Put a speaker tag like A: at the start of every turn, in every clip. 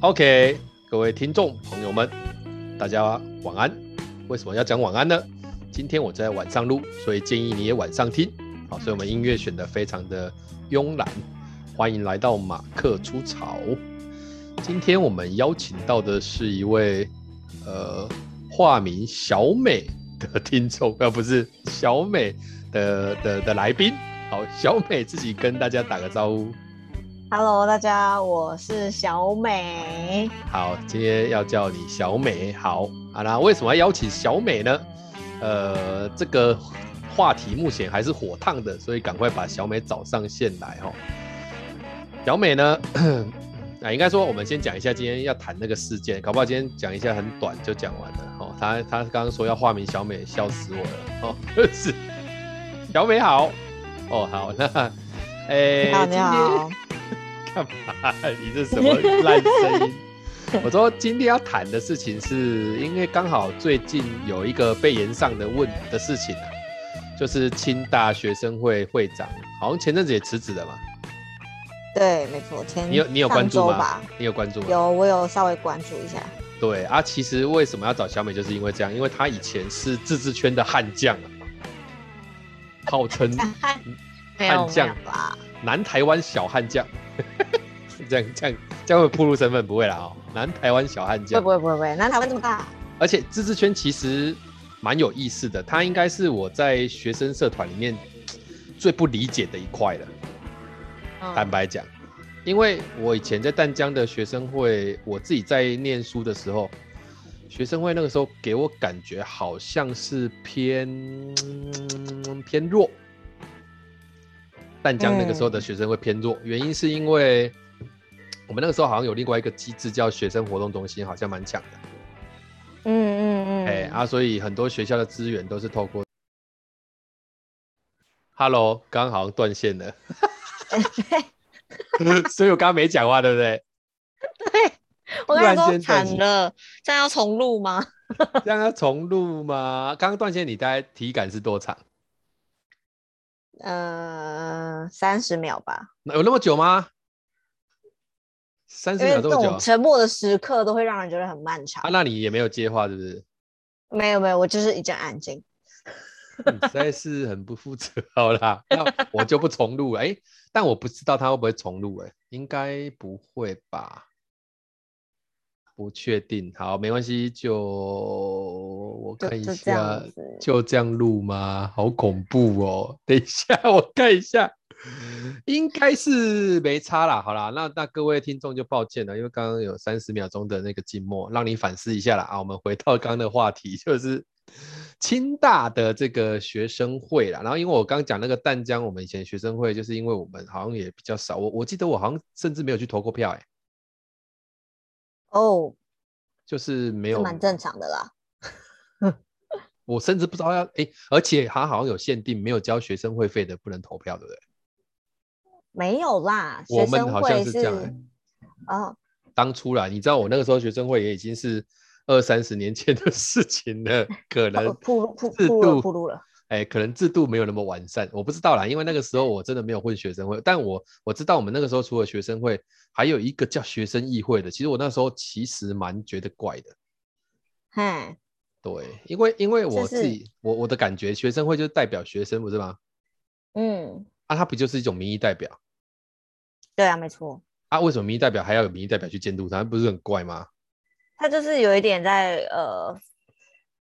A: OK，各位听众朋友们，大家晚安。为什么要讲晚安呢？今天我在晚上录，所以建议你也晚上听。好，所以我们音乐选的非常的慵懒。欢迎来到马克出草。今天我们邀请到的是一位呃化名小美的听众，呃不是小美的的的来宾。好，小美自己跟大家打个招呼。
B: Hello，大家，我是小美。
A: 好，今天要叫你小美。好啊，那为什么要邀请小美呢？呃，这个话题目前还是火烫的，所以赶快把小美找上线来哦。小美呢， 啊，应该说我们先讲一下今天要谈那个事件，搞不好今天讲一下很短就讲完了哦。她她刚刚说要化名小美，笑死我了哦。 是小美好哦，好那，哎、
B: 你好，你好。
A: 干嘛？ 你这什么烂声 音？我说今天要谈的事情是，因为刚好最近有一个被延上的问的事情啊，就是清大学生会会长，好像前阵子也辞职了嘛。
B: 对，没错，前
A: 你有你有关注
B: 嗯上周
A: 吗
B: 吧？？
A: 你有关注吗？
B: 有，我有稍微关注 一下。
A: 对啊，其实为什么要找小美，就是因为这样，因为她以前是自治圈的悍将啊，号称
B: 没有
A: 悍将
B: 没有啦，
A: 南台湾小悍将。 这样这样这样会暴露身份不会啦哦，南台湾小悍将
B: 会。不会不会不会？那台湾这么大，
A: 而且自治圈其实蛮有意思的，它应该是我在学生社团里面最不理解的一块了。坦
B: 嗯，
A: 白讲，因为我以前在淡江的学生会，我自己在念书的时候，学生会那个时候给我感觉好像是偏偏弱。淡江那个时候的学生会偏弱，原因是因为我们那个时候好像有另外一个机制叫学生活动中心，好像蛮强的。
B: 嗯嗯嗯，
A: 哎、啊，所以很多学校的资源都是透过。Hello，刚刚好像断线了，
B: 嗯
A: 所以我刚刚没讲话，对不对？
B: 我
A: 突
B: 跟
A: 然
B: 你说
A: 间断
B: 惨
A: 线
B: 了，这样要重录吗？
A: 让它重录嘛。刚刚断线，你大概体感是多长？
B: 呃，三十秒吧，
A: 有那么久吗？三十
B: 因为
A: 秒这
B: 这
A: 么久
B: 种沉默的时刻都会让人觉得很漫长
A: 啊？。那你也没有接话，对不对？
B: 没有没有，我就是一阵安静。
A: 你嗯实在是很不负责。好啦，那我就不重录了。哎、但我不知道他会不会重录，哎，应该不会吧？不确定。好，没关系，就我
B: 就
A: 看一
B: 就这样
A: 下，
B: 子
A: 就这样录吗？好恐怖哦！ 等一下，我看一下，应该是没差啦。好啦，那那各位听众就抱歉了，因为刚刚有三十秒钟的那个静默，让你反思一下啦。啊，我们回到刚刚的话题， 就是清大的这个学生会啦。然后，因为我刚讲那个淡江，我们以前学生会，就是因为我们好像也比较少，我我记得我好像甚至没有去投过票、欸，哎，
B: 哦，
A: 就是没
B: 这
A: 有，
B: 蛮正常的啦。
A: 我甚至不知道要哎、而且它好像有限定，没有交学生会费的不能投票，对不对？
B: 没有啦，
A: 我
B: 学
A: 们
B: 生
A: 好像
B: 会
A: 是这样欸
B: 哦，
A: 当初啦，你知道我那个时候学生会也已经是二三十年前的事情了，可能
B: 哦铺路铺
A: 制
B: 铺路
A: 度
B: 了铺路了。
A: 哎，可能制度没有那么完善，我不知道啦，因为那个时候我真的没有混学生会，但我我知道我们那个时候除了学生会，还有一个叫学生议会的，其实我那时候其实蛮觉得怪的，
B: 嘿，
A: 对，因为因为我
B: 这是
A: 自己我我的感觉，学生会就是代表学生不是吗？
B: 嗯，
A: 啊，它不就是一种民意代表
B: 对啊，没错，
A: 啊？为什么民意代表还要有民意代表去监督他？不是很怪吗？
B: 他就是有一点在呃，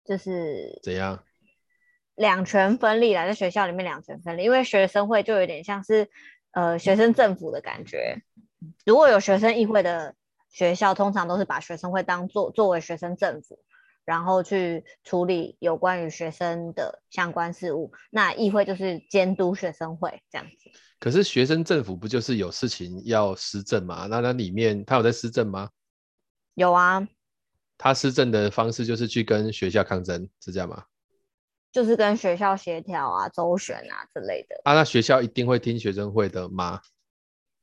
B: 就是
A: 怎样？
B: 两权分立啦，在学校里面两权分立，因为学生会就有点像是呃学生政府的感觉。如果有学生议会的学校，通常都是把学生会当做作为学生政府，然后去处理有关于学生的相关事务。那议会就是监督学生会这样子。
A: 可是学生政府不就是有事情要施政吗？那那里面他有在施政吗？
B: 有啊，
A: 他施政的方式就是去跟学校抗争，是这样吗？
B: 就是跟学校协调啊、周旋啊之类的。
A: 啊，那学校一定会听学生会的吗？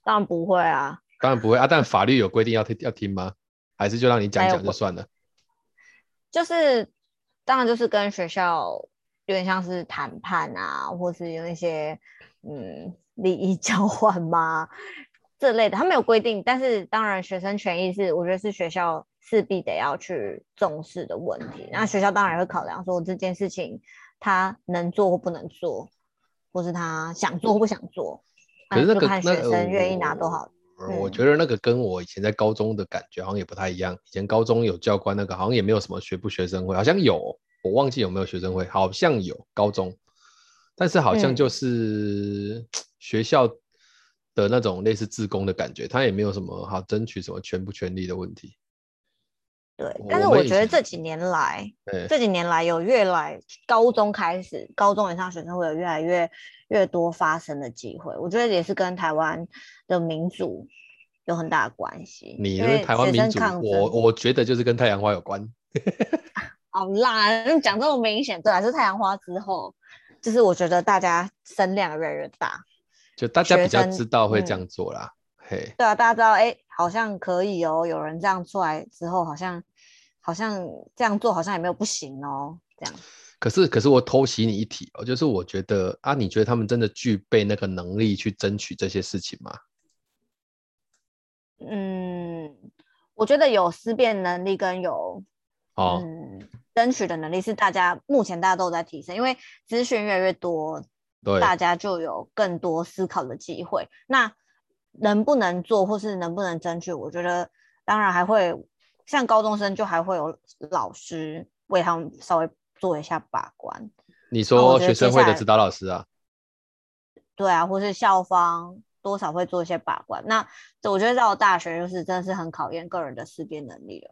B: 当然不会啊，
A: 当然不会啊，但法律有规定要听要听吗？还是就让你讲
B: 没有
A: 讲就算了？
B: 就是当然就是跟学校有点像是谈判啊，或是有一些嗯利益交换嘛，这类的，他没有规定，但是当然学生权益是我觉得是学校势必得要去重视的问题。那学校当然也会考量说这件事情他能做或不能做，或是他想做或不想做，
A: 可是那
B: 就
A: 个
B: 看
A: 那
B: 学
A: 个
B: 生愿意拿多好。
A: 呃
B: 嗯
A: 我觉得那个跟我以前在高中的感觉好像也不太一样。以前高中有教官那个，好像也没有什么学不学生会，好像有，我忘记有没有学生会，好像有高中，但是好像
B: 嗯
A: 就是、学校的那种类似自工的感觉，他也没有什么好争取什么权不权利的问题。
B: 对
A: 我，
B: 但是
A: 们
B: 我
A: 以
B: 觉得
A: 前
B: 这几年来，
A: 对，
B: 这几年来有越来高中开始，高中以上学生会有越来越越多发生的机会，我觉得也是跟台湾的民主有很大的关系。
A: 你因
B: 因
A: 为
B: 为
A: 台湾
B: 学
A: 民
B: 生
A: 主，
B: 抗
A: 我
B: 争
A: 我觉得就是跟太阳花有关。
B: 好啦，那讲这么明显，对啊，是太阳花之后，就是我觉得大家声量越来越大，
A: 就大家比
B: 学
A: 较
B: 生
A: 知道会这
B: 嗯
A: 样做啦。嘿，
B: 对啊，大家知道，哎，好像可以哦，有人这样出来之后，好像好像这样做好像也没有不行哦，这样。
A: 可是可是我偷袭你一题哦，就是我觉得啊，你觉得他们真的具备那个能力去争取这些事情吗？
B: 嗯，我觉得有思辨能力跟有
A: 哦，
B: 嗯争取的能力是大家目前大家都在提升，因为资讯越来越多，
A: 对，
B: 大家就有更多思考的机会。那能不能做，或是能不能争取，我觉得当然还会像高中生就还会有老师为他们稍微做一下把关，
A: 你
B: 那我
A: 说
B: 觉
A: 学
B: 得
A: 生会
B: 接下
A: 的
B: 来
A: 指导老师 啊，
B: 对啊，或是校方多少会做一些把关。那这我觉得到大学就是真的是很考验个人的思辨能力了，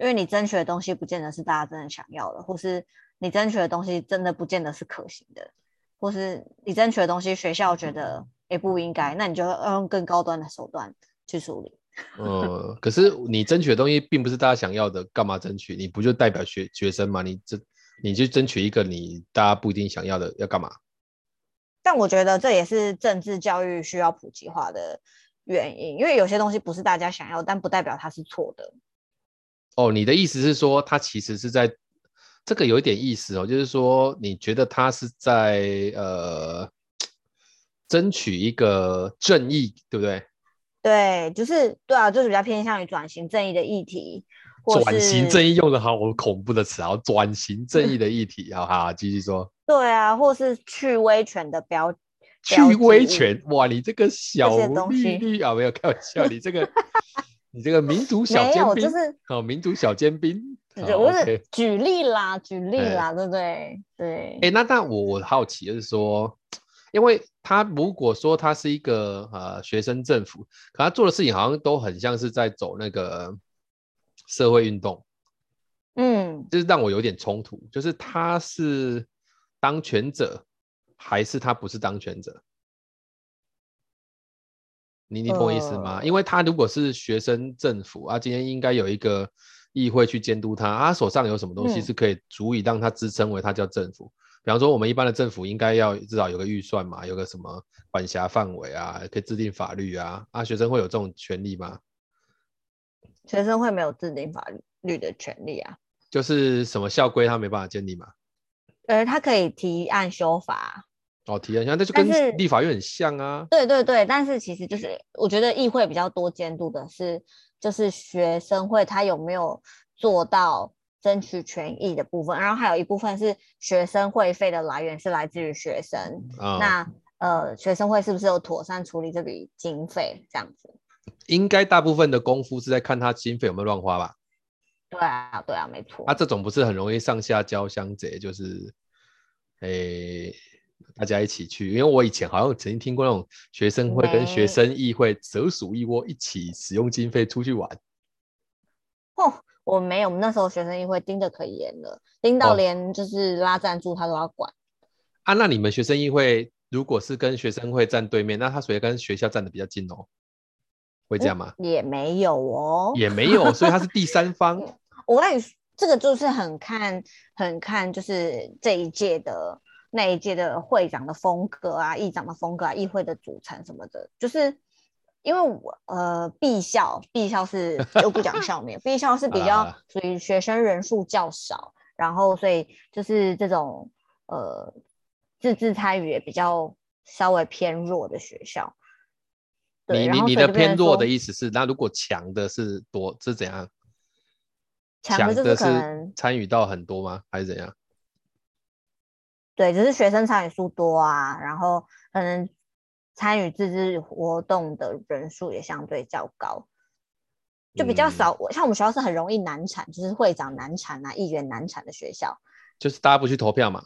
B: 因为你争取的东西不见得是大家真的想要的，或是你争取的东西真的不见得是可行的，或是你争取的东西学校觉得也不应该，那你就要用更高端的手段去处理。
A: 嗯，可是你争取的东西并不是大家想要的，干嘛争取？你不就代表学学生吗？你这你去争取一个你大家不一定想要的，要干嘛？
B: 但我觉得这也是政治教育需要普及化的原因，因为有些东西不是大家想要，但不代表它是错的。
A: 哦，你的意思是说，他其实是在这个有一点意思哦，就是说，你觉得他是在呃争取一个正义，对不对？
B: 对，就是对啊，就是比较偏向于转型正义的议题，或
A: 转型正
B: 义，
A: 义用的好恐怖的词啊，转型正义的议题，好好继续 说。
B: 对啊，或是去威权的标
A: 去威权，哇，你这个小
B: 些东
A: 绿
B: 西
A: 绿啊，没有开玩笑，你 这个你这个民族
B: 标志，
A: 小
B: 没
A: 尖
B: 有，
A: 兵，
B: 就是
A: 哦，民族小尖兵，好
B: 对我是
A: OK
B: 举例啦，举例
A: 哎
B: 啦，对不对？对，
A: 哎、那那我我好奇就是说，因为他如果说他是一个呃学生政府，可他做的事情好像都很像是在走那个社会运动，
B: 嗯，
A: 就是让我有点冲突，就是他是当权者，还是他不是当权者？你你懂我意思吗？
B: 呃
A: 因为他如果是学生政府啊，今天应该有一个议会去监督他，啊他手上有什么东西
B: 嗯
A: 是可以足以让他支撑为他叫政府？比方说，我们一般的政府应该要至少有个预算嘛，有个什么管辖范围啊，可以制定法律啊。啊，学生会有这种权利吗？
B: 学生会没有制定法律的权利啊，
A: 就是什么校规他没办法建立嘛？
B: 呃，他可以提案修法，
A: 哦，提案像，那就
B: 但
A: 跟
B: 是
A: 立法院很像啊。
B: 对对对，但是其实就是我觉得议会比较多监督的是，就是学生会他有没有做到争取权益的部分，然后还有一部分是学生会费的来源是来自于学生，
A: 啊、
B: 那呃学生会是不是有妥善处理这笔经费这样子？
A: 应该大部分的功夫是在看他经费有没有乱花吧？
B: 对啊，对啊，没错
A: 啊，。这种不是很容易上下交相贼，就是，诶、大家一起去。因为我以前好像曾经听过那种学生会跟学
B: 没
A: 生议会蛇鼠一窝一起使用经费出去玩，
B: 哦，我没有，我们那时候学生议会盯得可严了，盯到
A: 哦
B: 连就是拉赞助他都要管。
A: 啊，那你们学生议会如果是跟学生会站对面，那他属于跟学校站的比较近哦，会这样吗？
B: 也没有哦，
A: 也没有，所以他是第三方
B: 我跟你说，这个就是很看很看，就是这一届的那一届的会长的风格啊，议长的风格啊，议会的组成什么的，就是因为我呃，毕校毕校是就不讲 校名，毕校是比
A: 好啦好
B: 较
A: 啦
B: 属于学生人数较少，然后所以就是这种呃自治参与也比较稍微偏弱的学校。对，
A: 你
B: 然
A: 你
B: 后
A: 你
B: 所
A: 的
B: 以就变
A: 偏
B: 成
A: 弱
B: 说
A: 的意思是，那如果强的是多是怎样？
B: 强的就是
A: 的
B: 可能
A: 是参与到很多吗？还是怎样？
B: 对，只是学生参与数多啊，然后可能参与自治活动的人数也相对较高，就比较
A: 嗯
B: 少。我像我们学校是很容易难产，就是会长难产啊、议员难产的学校，
A: 就是大家不去投票嘛？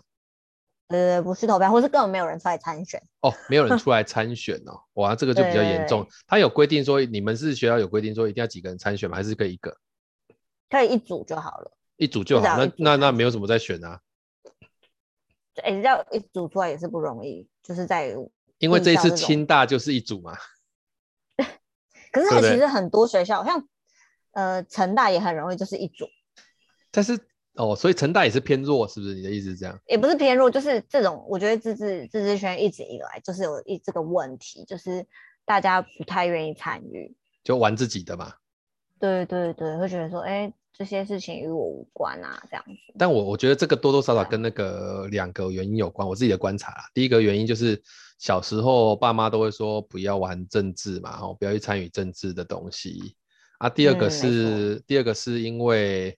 B: 呃，不去投票，或是根本没有人出来参选。
A: 哦，没有人出来参选哦，哇，这个就比较严重
B: 对。
A: 他有规定说，你们是学校有规定说一定要几个人参选吗？还是可以一个
B: 可以一组就好了，
A: 一组就
B: 至
A: 好？
B: 少一
A: 那
B: 组
A: 那
B: 参
A: 那没有什么在选啊，
B: 哎、要一组出来也是不容易，就是在于，
A: 因为
B: 地
A: 这一
B: 校
A: 次
B: 这种
A: 清大就是一组嘛。
B: 可是
A: 对
B: 它
A: 不
B: 其
A: 对
B: 实很多学校，像呃成大也很容易就是一组，
A: 但是哦，所以成大也是偏弱，是不是？你的意思是这样？
B: 也不是偏弱，就是这种，我觉得自治自治圈一直以来就是有一这个问题，就是大家不太愿意参与。
A: 就玩自己的嘛。
B: 对对对，会觉得说，哎，这些事情与我无关啊，这样子。
A: 但我我觉得这个多多少
B: 啊
A: 少跟那个两个原因有关，我自己的观察啦。第一个原因就是小时候爸妈都会说不要玩政治嘛，哦，不要去参与政治的东西啊。第二
B: 嗯
A: 个
B: 没错
A: 是、第二个是因为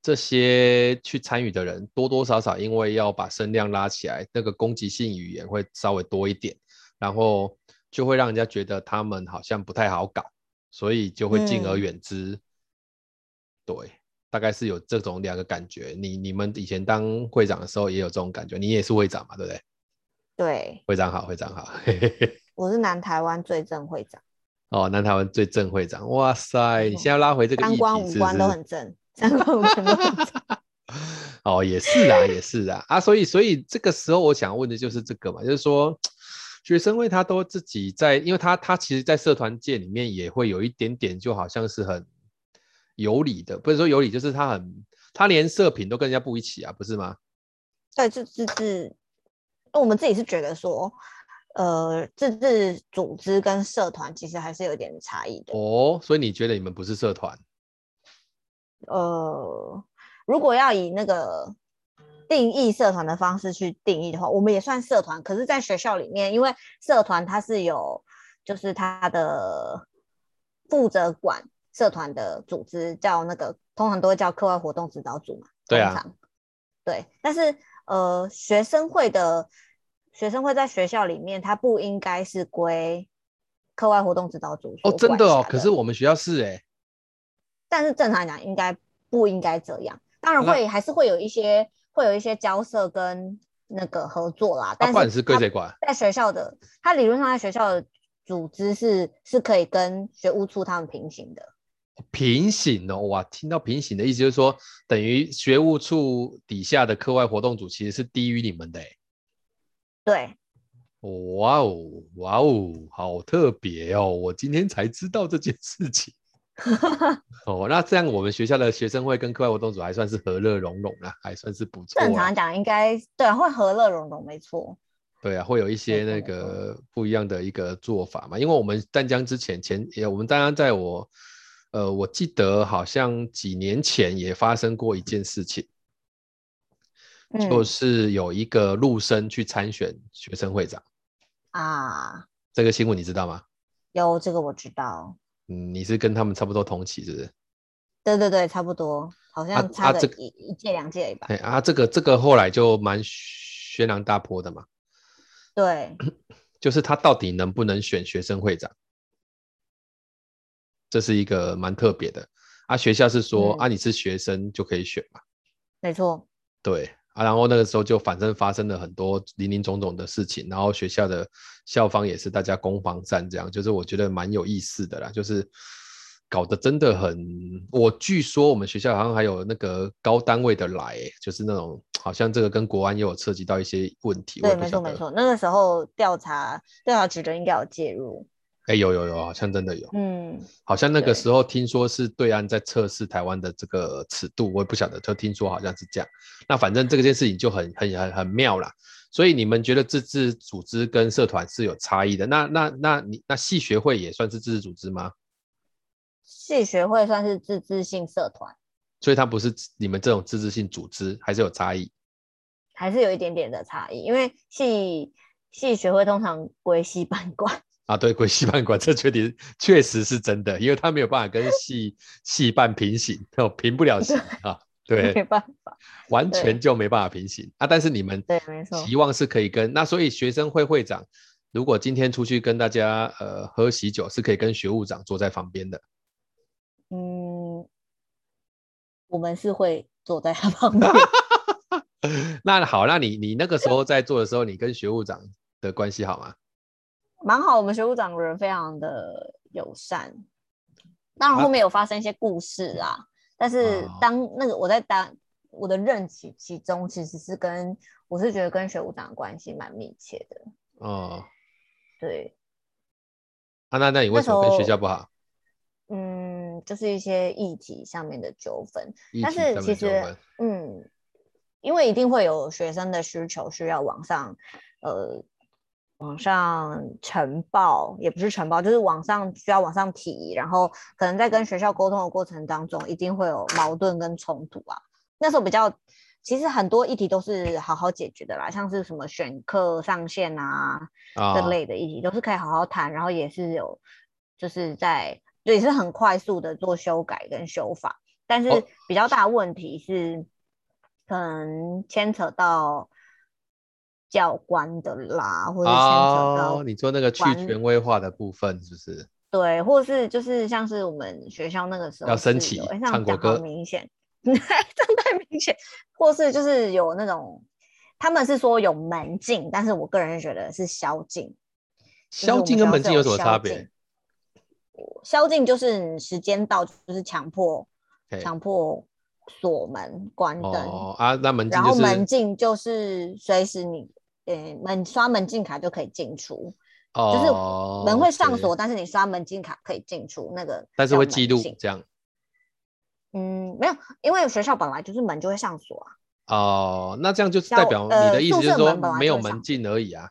A: 这些去参与的人多多少少因为要把声量拉起来，那个攻击性语言会稍微多一点，然后就会让人家觉得他们好像不太好搞，所以就会敬而
B: 嗯
A: 远之。对。大概是有这种两个感觉。你你们以前当会长的时候也有这种感觉，你也是会长嘛，对不对？
B: 对，
A: 会长好，会长好， 嘿嘿嘿。
B: 我是南台湾最正会长，
A: 哦，南台湾最正会长，哇塞！
B: 没
A: 你
B: 错
A: 现在拉回这个议
B: 三
A: 题
B: 观五
A: 是不
B: 官
A: 是
B: 都很正，三观五官都很正。
A: 哦，也是啊，也是啊，啊，所以所以这个时候我想问的就是这个嘛，就是说学生会他都自己在，因为他他其实，在社团界里面也会有一点点，就好像是很有理的，不是说有理，就是他很他连社品都跟人家不一起啊，不是吗？
B: 对，就自治，我们自己是觉得说，呃，自治组织跟社团其实还是有点差异的。
A: 哦，所以你觉得你们不是社团？
B: 呃，如果要以那个定义社团的方式去定义的话，我们也算社团。可是，在学校里面，因为社团它是有，就是它的负责管社团的组织叫那个，通常都会叫课外活动指导组嘛。
A: 对啊
B: 通常。对，但是呃，学生会的学生会在学校里面，它不应该是归课外活动指导组
A: 哦，
B: 所
A: 真
B: 管
A: 的哦，
B: 辖
A: 可是我们学校是哎、
B: 但是正常来讲，应该不应该这样。当然
A: 那
B: 会还是会有一些会有一些交涉跟那个合作啦，
A: 那
B: 但
A: 啊不然
B: 是
A: 是归
B: 他
A: 谁管？
B: 在学校的，他理论上在学校的组织是是可以跟学务处他们平行的。
A: 平行哦，哇，听到平行的意思就是说，等于学务处底下的课外活动组其实是低于你们的哎、
B: 对，
A: 哇哦，哇哦，好特别哦！我今天才知道这件事 情。哦，那这样我们学校的学生会跟课外活动组还算是和乐融融啦，还算是不错啊
B: 正常
A: 啦
B: 来。讲应该对啊，会和乐融融，没错。
A: 对啊，会有一些
B: 错
A: 那
B: 没错
A: 个不一样的一个做法嘛。因为我们淡江之前前也，我们淡江在我呃，我记得好像几年前也发生过一件事情，
B: 嗯
A: 就是有一个陆生去参选学生会长，
B: 啊，
A: 这个新闻你知道吗？
B: 有这个我知道。
A: 嗯，你是跟他们差不多同期，是不是？
B: 对对对，差不多，好像差
A: 啊
B: 个
A: 这个
B: 一、一届两届吧
A: 哎。啊，这个这个后来就蛮轩然大波的嘛，
B: 对，
A: 就是他到底能不能选学生会长，这是一个蛮特别的。啊，学校是说、
B: 嗯
A: 啊，你是学生就可以选嘛，
B: 没错。
A: 对啊，然后那个时候就反正发生了很多林林总总的事情，然后学校的校方也是大家攻防战这样，就是我觉得蛮有意思的啦，就是搞得真的很，我据说我们学校好像还有那个高单位的来、欸就是那种好像这个跟国安也有涉及到一些问题，我
B: 对，
A: 也不
B: 没
A: 晓
B: 错没
A: 得，
B: 错。那个时候调查调查局的应该有介入。
A: 哎，有有有，好像真的有，
B: 嗯，
A: 好像那个
B: 对
A: 时候听说是对岸在测试台湾的这个尺度，我也不晓得，就听说好像是这样。那反正这件事情就很很很很妙啦。所以你们觉得自治组织跟社团是有差异的？那那那你那系学会也算是自治组织吗？
B: 系学会算是自治性社团，
A: 所以它不是你们这种自治性组织，还是有差异？
B: 还是有一点点的差异，因为系系学会通常归系办管，
A: 啊，对，归系办管，这确定确实是真的，因为他没有办法跟系系办平行，哦，平不了行啊，
B: 没
A: 对，
B: 办法，
A: 完
B: 对
A: 全就没办法平行啊。但是你们
B: 对，没错，
A: 期望是可以跟那，所以学生会会长如果今天出去跟大家呃喝喜酒，是可以跟学务长坐在旁边的。
B: 嗯，我们是会坐在他 旁边，
A: 那好，那你你那个时候在做的时候，你跟学务长的关系好吗？
B: 蛮好。我们学务长人非常的友善，当然
A: 啊
B: 后面有发生一些故事啊，但是
A: 哦
B: 当那个我在当我的任期其中，其实是跟我是觉得跟学务长的关系蛮密切的，
A: 哦，
B: 对，
A: 啊，那那你为
B: 那
A: 什么跟
B: 时候
A: 学校不好？
B: 嗯，就是一些议题上面的纠纷，
A: 一
B: 但
A: 起
B: 是
A: 这么
B: 其
A: 久
B: 实
A: 吗
B: 嗯，因为一定会有学生的需求需要往上，呃，往上呈报，也不是呈报，就是往上需要往上提，然后可能在跟学校沟通的过程当中，一定会有矛盾跟冲突啊。那时候比较，其实很多议题都是好好解决的啦，像是什么选课上限啊，
A: 啊
B: 这类的议题，都是可以好好谈，然后也是有就是在对也是很快速的做修改跟修法，但是
A: 哦
B: 比较大的问题是，可能牵扯到教官的啦，或者牵扯到、
A: 哦，你做那个去
B: 管
A: 权威化的部分是不是？
B: 对，或者是就是像是我们学校那个时候
A: 要升
B: 是
A: 旗
B: 有哎，
A: 唱
B: 唱
A: 国歌
B: 明显， 这样太明显，或是就是有那种。他们是说有门禁，但是我个人觉得是宵禁，就是我
A: 宵
B: 们
A: 禁
B: 学
A: 跟
B: 校
A: 门
B: 是
A: 禁有什么
B: 宵
A: 差
B: 禁
A: 别？
B: 宵禁就是你时间到，就是强迫
A: 嘿
B: 强迫锁门关灯，
A: 哦啊，那门禁
B: 然
A: 就
B: 后
A: 是
B: 门禁就是随时你呃门刷门禁卡就可以进出，是
A: 哦，
B: 门会上
A: OK
B: 锁，但是你刷门禁卡可以进出，那个
A: 但是
B: 叫
A: 会
B: 门
A: 记录
B: 禁
A: 这样
B: 嗯，没有，因为学校本来就是门就会上锁啊，
A: 哦。那这样就是代
B: 像
A: 表你
B: 呃
A: 的意思就
B: 宿
A: 是
B: 舍
A: 说
B: 门本来
A: 没
B: 就
A: 有
B: 会
A: 门
B: 上
A: 禁而已啊。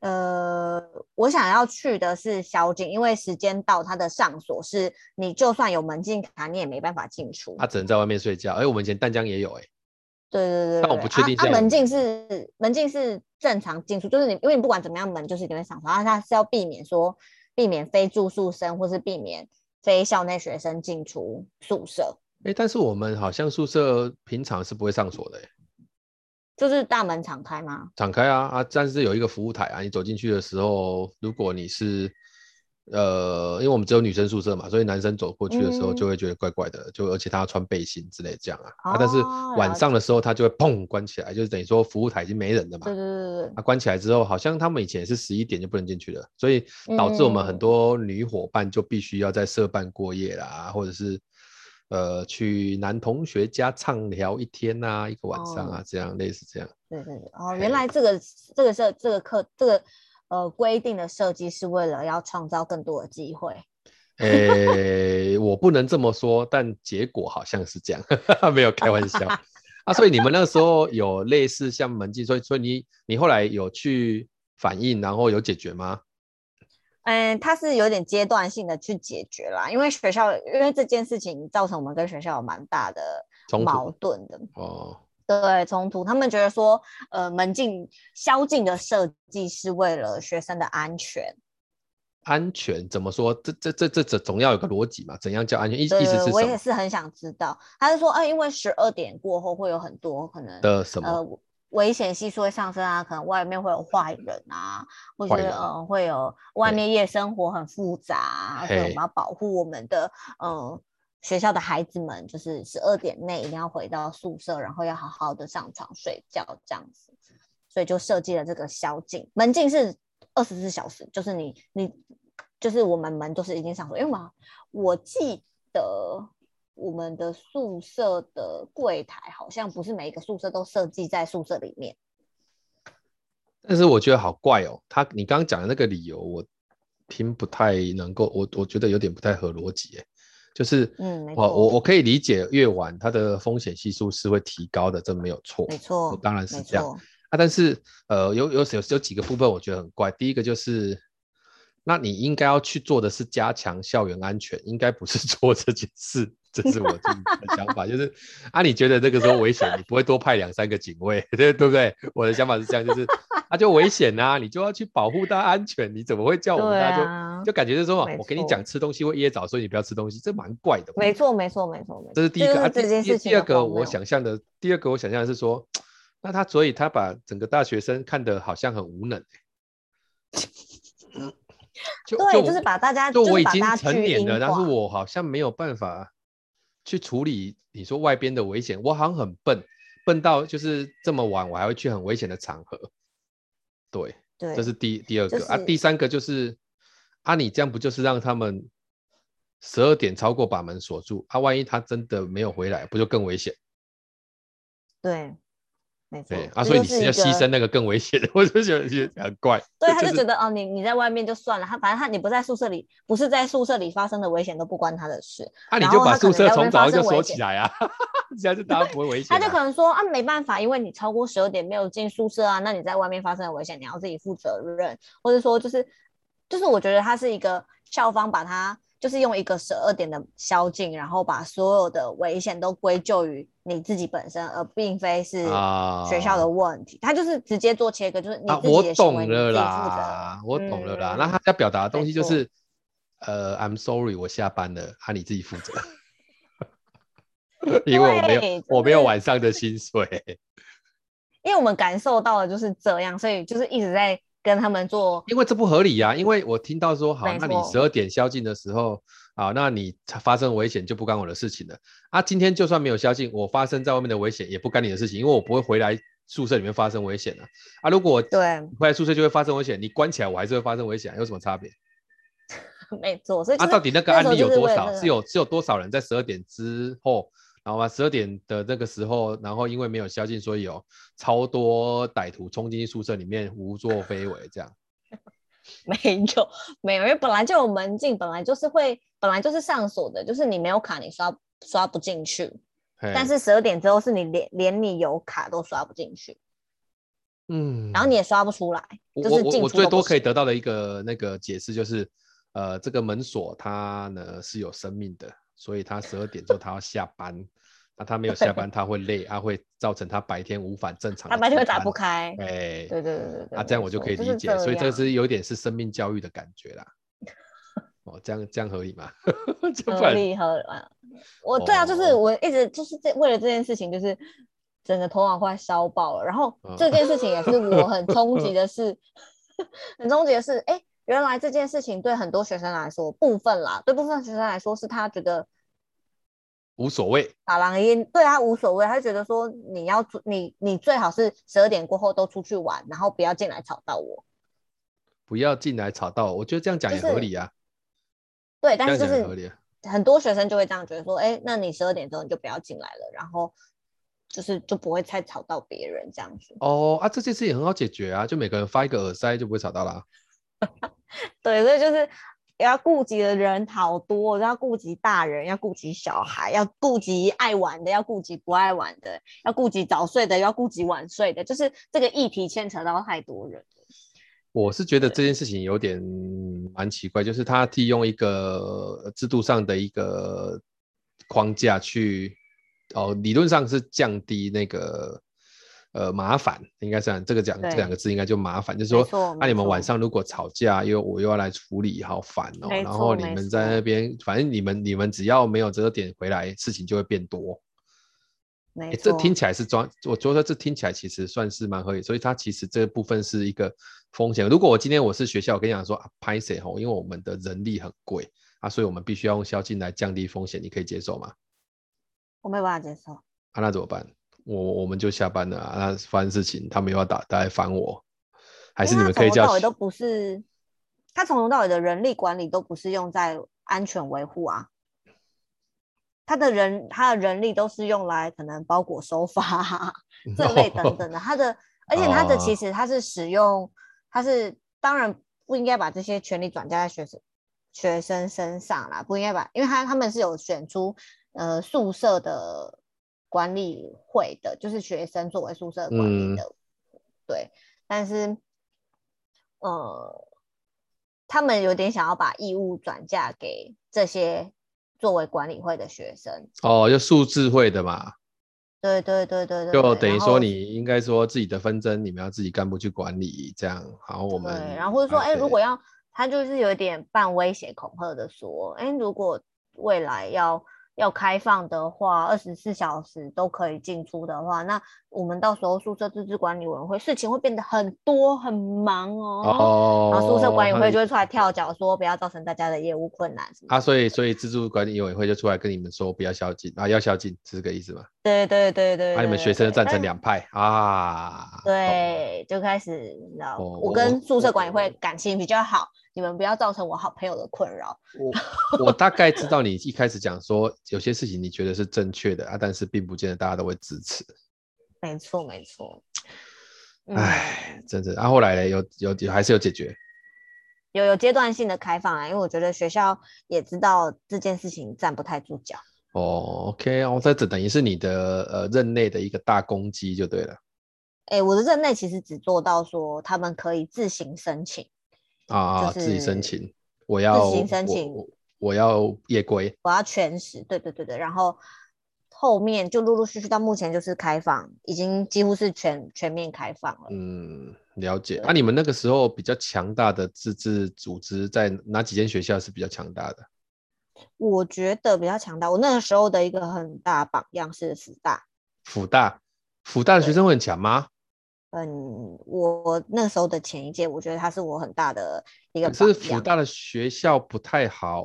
B: 呃，我想要去的是宵禁，因为时间到，它的上锁是你就算有门禁卡，你也没办法进出。
A: 他只能在外面睡觉。哎，我们以前淡江也有哎，
B: 对对对对对，
A: 但我不确定现
B: 啊
A: 在
B: 啊、
A: 有
B: 门
A: 没有
B: 禁是门禁是正常进出，就是你因为你不管怎么样，门就是一定会上床，然后它是要避免说避免非住宿生或是避免非校内学生进出宿舍，
A: 哎，但是我们好像宿舍平常是不会上锁的哎，
B: 就是大门敞开吗？
A: 敞开啊啊，但是有一个服务台啊，你走进去的时候，如果你是。呃，因为我们只有女生宿舍嘛，所以男生走过去的时候
B: 嗯
A: 就会觉得怪怪的，就而且他要穿背心之类这样啊。啊，但是
B: 哦
A: 晚
B: 了
A: 上的时候他就会砰关起来，就是等于说服务台已经没人了嘛。
B: 对对对对
A: 啊，关起来之后，好像他们以前是十一点就不能进去了，所以导致我们很
B: 嗯
A: 多女伙伴就必须要在社办过夜啦，或者是呃去男同学家畅聊一天呐、一个晚上
B: 哦
A: 啊，这样类似这样。
B: 对对对对，哦，
A: 嘿
B: 原来这个这个设这个课这个呃规定的设计是为了要创造更多的机会，
A: 诶、 我不能这么说，但结果好像是这样， 没有开玩 笑啊。所以你们那时候有类似像门禁，所以所以你你后来有去反映，然后有解决吗？
B: 嗯，它是有点阶段性的去解决啦，因为学校因为这件事情造成我们跟学校有蛮大的
A: 冲突
B: 矛盾的，
A: 哦，
B: 对冲突。他们觉得说，呃，门禁宵禁的设计是为了学生的安全，
A: 安全怎么说？这这这这这总要有个逻辑嘛？怎样叫安全？意意
B: 对
A: 思是
B: 呃我
A: 什
B: 也
A: 么
B: 是很想知道。他是说，呃，因为十二点过后会有很多可能
A: 的什么？
B: 呃危险系数会上升啊，可能外面会有坏人啊，或
A: 坏
B: 者
A: 人
B: 呃会有外
A: 嘿
B: 面夜生活很复杂、啊，所以我
A: 嘿
B: 们要保护我们的呃学校的孩子们，就是十二点内一定要回到宿舍，然后要好好的上床睡觉这样子，所以就设计了这个宵禁，门禁是二十四小时，就是你你就是我们门都是已经上锁，因为我们我记得我们的宿舍的柜台好像不是每一个宿舍都设计在宿舍里面。
A: 但是我觉得好怪哦，他你刚刚讲的那个理由，我听不太能够，我我觉得有点不太合逻辑耶。就是，
B: 嗯没
A: 我我
B: 错
A: 我可以理解越晚它的风险系数是会提高的，这没有错
B: 没错，
A: 当然是
B: 没
A: 这样
B: 错。
A: 啊。但是呃，有有有有几个部分我觉得很怪。第一个就是那你应该要去做的是加强校园安全，应该不是 做这件事。这是我自己的想法，就是啊，你觉得这个时候危险，你不会多派两三个警卫，对对不对？我的想法是这样，就是啊，就危险呐、你就要去保护他安全，你怎么会叫我们
B: 对
A: 大家就、
B: 啊
A: 就感觉就是说，
B: 没
A: 我跟你
B: 错
A: 讲吃东西会噎着，所以你不要吃东西，这蛮怪的嘛。
B: 没错，没错，没错，没错。
A: 这是第一个。
B: 就
A: 啊
B: 是这件
A: 第
B: 事情
A: 第
B: 的
A: 二个
B: 荒
A: 我
B: 谬
A: 想象的，第二个我想象的是说，那他所以他把整个大学生看得好像很无能、欸。就
B: 对，就是
A: 我
B: 把大家
A: 就我
B: 是
A: 已
B: 把
A: 经
B: 大家
A: 成
B: 巨
A: 年
B: 婴
A: 了，但
B: 化
A: 是我好像没有办法去处理你说外边的危险，我好像很笨，笨到就是这么晚我还会去很危险的场合。对，
B: 对，
A: 这是第第二个、
B: 就
A: 啊，
B: 是
A: 第三个就是啊，你这样不就是让他们十二点超过把门锁住啊？万一他真的没有回来，不就更危险？
B: 对，没错
A: 对啊，
B: 这
A: 所以
B: 就
A: 你
B: 是
A: 是
B: 一
A: 要牺
B: 个
A: 牲那个更危险的， 我就觉得觉得很怪。
B: 对，他
A: 就
B: 就是觉得哦，你你在外面就算了，他反正他你不在宿舍里，不是在宿舍里发生的危险都不关他的事，
A: 啊，你
B: 然
A: 就
B: 后
A: 把
B: 他可
A: 宿舍
B: 能在外
A: 从
B: 面
A: 早
B: 发
A: 上就
B: 生危
A: 锁
B: 险
A: 起来啊，这样就大家不会危险、
B: 他
A: 啊。
B: 就可能说啊没办法，因为你超过十二点没有进宿舍啊，那你在外面发生的危险你要自己负责任，或者说就是就是我觉得他是一个校方把他就是用一个十二点的宵禁，然后把所有的危险都归咎于你自己本身，而并非是
A: 啊，
B: 学校的问题，他就是直接做切割，就是你
A: 啊，
B: 自己
A: 我
B: 的行为
A: 懂
B: 你
A: 了
B: 自己负责。
A: 啦，我懂了啦。
B: 嗯
A: 那他要表达的东
B: 没
A: 西就
B: 错
A: 是，呃，I'm sorry，我下班了，啊，你自己负 责，因为我没有
B: 对
A: 我没有
B: 就是
A: 晚上的薪水。
B: 因为我们感受到的就是这样，所以就是一直在跟他们做。
A: 因为这不合理呀、啊因为我听到说，好，
B: 没
A: 那你
B: 错
A: 十二点宵禁的时候，啊，那你发生危险就不干我的事情了。啊，今天就算没有宵禁，我发生在外面的危险也不干你的事情，因为我不会回来宿舍里面发生危险啊。啊，如果我
B: 对，
A: 回来宿舍就会发生危险，你关起来我还是会发生危险啊，有什么差别？
B: 没错，所以就
A: 啊，
B: 是
A: 到底那个
B: 那
A: 案
B: 时候
A: 例有
B: 就是
A: 多
B: 为了
A: 少？
B: 这
A: 是有是有多少人在十二点之后，然后啊，十二点的那个时候，然后因为没有宵禁，所以有超多歹徒冲进宿舍里面胡作非为这样。
B: 没有没有，因为本来就有门禁，本来就是会，本来就是上锁的，就是你没有卡你刷刷不进去，
A: 嘿
B: 但，是十二点之后是你连连你有卡都刷不进去，
A: 嗯，
B: 然后你也刷不出来，
A: 我
B: 就是
A: 我
B: 进
A: 我
B: 出
A: 最
B: 都不
A: 多可以
B: 行
A: 得到的一个那个解释就是，呃，这个门锁它呢是有生命的，所以它十二点之后它要下班，那它没有下班它会累，它会造成它白天无法正常，
B: 它白天会打不。开。
A: 哎，
B: 对对对对对，
A: 啊，这样
B: 没
A: 我就
B: 错
A: 可以
B: 就
A: 理
B: 是
A: 解，所以这
B: 样
A: 是有点是生命教育的感觉啦。哦，这样这样合理吗？ 这不
B: 合
A: 然
B: 理合啊！我对啊，就是
A: 哦
B: 我一直就是这为了这件事情，就是整个头脑快烧爆了。然后
A: 嗯
B: 这件事情也是 我很冲击的是，很冲击的是，哎，原来这件事情对很多学生来说，部分啦，对部分学生来说是他觉得
A: 无所谓，
B: 打狼烟对他无所谓，他觉得说你要出你你最好是十二点过后都出去玩，然后不要进来吵到我。
A: 不要进来吵到我，我觉得这样讲
B: 就
A: 也合
B: 是
A: 理啊，
B: 对，但
A: 这
B: 是
A: 样
B: 就
A: 讲也
B: 是
A: 合理、啊。
B: 很多学生就会这样觉得说，哎，那你十二点之后你就不要进来了，然后就是就不会再吵到别人这样子。
A: 哦啊，这件事也很好解决啊，就每个人发一个耳塞就不会吵到啦。
B: 对，所以就是要顾及的人好多，要顾及大人，要顾及小孩，要顾及爱玩的，要顾及不爱玩的，要顾及早睡的，要顾及晚睡的，就是这个议题牵扯到太多人了。
A: 我是觉得这件事情有点蛮奇怪，就是他利用一个呃制度上的一个框架去，哦，理论上是降低那个呃麻烦，应该是这样这个讲这
B: 对
A: 两个字应该就麻烦，就是
B: 没
A: 说
B: 错
A: 那、
B: 没
A: 你们晚
B: 错
A: 上如果吵架，又我又要来处理，好烦哦。
B: 没
A: 然后
B: 错
A: 你
B: 没
A: 们在那
B: 错
A: 边，反正你们你们只要没有这个点回来，事情就会变多。
B: 没
A: 欸
B: 错，
A: 这听起来是装，我觉得这听起来其实算是蛮合理，所以它其实这部分是一个风险。如果我今天我是学校，我跟你讲说啊，拍谁吼，因为我们的人力很贵啊，所以我们必须要用宵禁来降低风险，你可以接受吗？
B: 我没有办法接受。
A: 啊，那怎么办？我我们就下班了啊，那发生事情他们又要打打来烦我，还是
B: 因
A: 你
B: 为
A: 们
B: 他
A: 可以
B: 从头到
A: 叫
B: 尾都不是，他从头到尾的人力管理都不是用在安全维护啊，他的人他的人力都是用来可能包裹手法、啊、 这类等等的，他的而且他的其
A: 哦
B: 实他是使用，他是当然不应该把这些权利转嫁在学生学生身上啦，不应该把，因为他他们是有选出呃宿舍的管理会的，就是学生作为宿舍管理
A: 嗯
B: 的，对，但是呃，他们有点想要把义务转嫁给这些作为管理会的学生。
A: 哦，就数智慧的嘛，
B: 对对对对对，
A: 就
B: 对
A: 等于
B: 然
A: 说
B: 后
A: 你应该说自己的纷争，你们要自己干部去管理，这样。好，我们
B: 对，然后或者说，
A: 啊
B: 哎、如
A: 对
B: 果要他就是有点半威胁恐吓的说，哎、如果未来要要开放的话，二十四小时都可以进出的话，那我们到时候宿舍自治管理委员会事情会变得很多很忙哦。
A: 哦，
B: 然后宿舍管理
A: 他
B: 会就会出来跳脚说，不要造成大家的业务困难什么
A: 啊，
B: 的。
A: 所以所以自助管理委员会就出来跟你们说不要宵禁啊，要宵禁是这个意思吗？
B: 对对对对，
A: 啊，你们
B: 对
A: 学生就
B: 对
A: 站
B: 但
A: 成两派啊，懂了，
B: 对，就开始，你知道，
A: 哦
B: 我
A: 我
B: 跟宿舍管理
A: 我
B: 会感情比较好，你们不要造成我好朋友的困扰。
A: 我我大概知道你一开始讲说有些事情你觉得是正确的啊，但是并不见得大家都会支持，
B: 没错，没错。嗯
A: 唉，真是。啊，后来呢，有有有还是有解决，
B: 有有阶段性的开放啊，因为我觉得学校也知道这件事情站不太住脚。
A: 哦，OK，哦，这只等于是你的呃任内的一个大攻击就对了
B: 哎，我的任内其实只做到说他们可以自行申请，
A: 啊，
B: 就
A: 自己申
B: 是
A: 请，我要
B: 行申
A: 我
B: 请
A: 我我要夜归
B: 我要全时，对对对对，然后后面就陆陆续续到目前就是开放，已经几乎是全全面开放了。
A: 嗯，了解。啊，你们那个时候比较强大的自治组织在哪几间学校是比较强大的？
B: 我觉得比较强大，我那个时候的一个很大榜样是福大，
A: 辅大，辅大的学生会很强吗？
B: 嗯，我那时候的前一届，我觉得他是我很大的一个
A: 可
B: 榜
A: 是辅
B: 样。
A: 大的学校不太好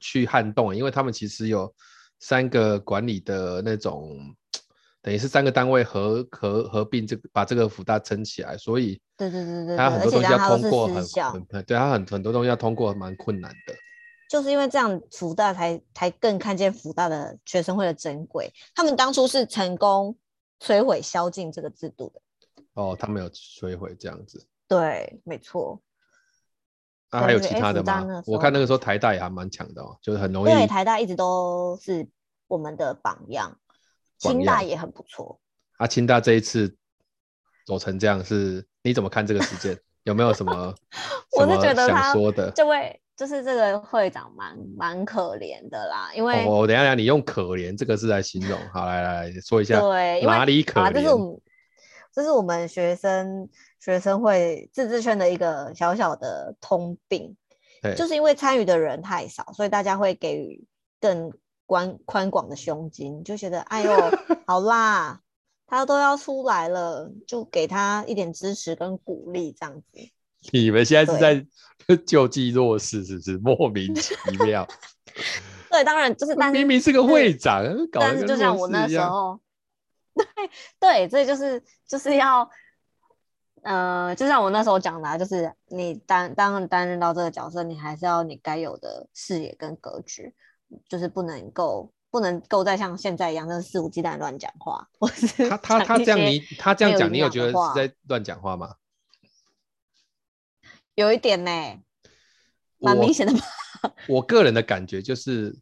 A: 去撼动，欸因为他们其实有三个管理的那种，等于是三个单位合合合并这个把这个辅大撑起来，所以
B: 对对对对对，
A: 它很
B: 而
A: 多
B: 且
A: 东西
B: 让
A: 要
B: 他都
A: 通
B: 是
A: 过
B: 私
A: 很
B: 校，
A: 很很对它很很多东西要通过蛮困难的。
B: 就是因为这样，福大才才更看见福大的学生会的珍贵。他们当初是成功摧毁宵禁这个制度的。
A: 哦，他们有摧毁这样子。
B: 对，没错。
A: 那、
B: 对
A: 还有
B: 对
A: 其
B: 诶
A: 他的
B: 辅大
A: 吗
B: 那个？时
A: 我
B: 候
A: 看那个时候台大也还蛮强的哦，就是很容易
B: 对，台大一直都是我们的榜样，
A: 榜
B: 清大
A: 样
B: 也很不错。
A: 啊，清大这一次走成这样是，你怎么看这个事件？有没有什 么
B: 我
A: 什
B: 是
A: 么
B: 觉得
A: 想
B: 他
A: 说的？
B: 这位就是这个会长蛮蛮可怜的啦，因为、
A: 哦，我等一下等一下，你用“可怜”这个字来形容，好，来来来说一下
B: 对，因为啊
A: 哪里可
B: 好啦这是我
A: 怜
B: 们这是我们学生学生会自治圈的一个小小的通病
A: 对，
B: 就是因为参与的人太少，所以大家会给予更宽宽广的胸襟，就觉得哎呦，好啦，他都要出来了，就给他一点支持跟鼓励这样子。
A: 你们现在是
B: 对
A: 在 救济弱势，是不是莫名其妙？
B: 对，当然就是， 但是
A: 明明是个会长，搞得
B: 但是
A: 跟
B: 就像
A: 弱
B: 我
A: 势
B: 那
A: 一
B: 时
A: 样
B: 候，对对，这就是就是要，呃，就像我那时候讲的、啊，就是你担当担任到这个角色，你还是要你该有的视野跟格局，就是不能够不能够再像现在一样，就是肆无忌惮乱讲话，或是
A: 他他
B: 讲
A: 他
B: 一
A: 这样
B: 些
A: 你他这样
B: 没有
A: 讲，
B: 营
A: 你有
B: 养的
A: 觉得
B: 话
A: 是在乱讲话吗？
B: 有一点呢、蛮
A: 我
B: 明 显的吧？
A: 我个人的感觉就是，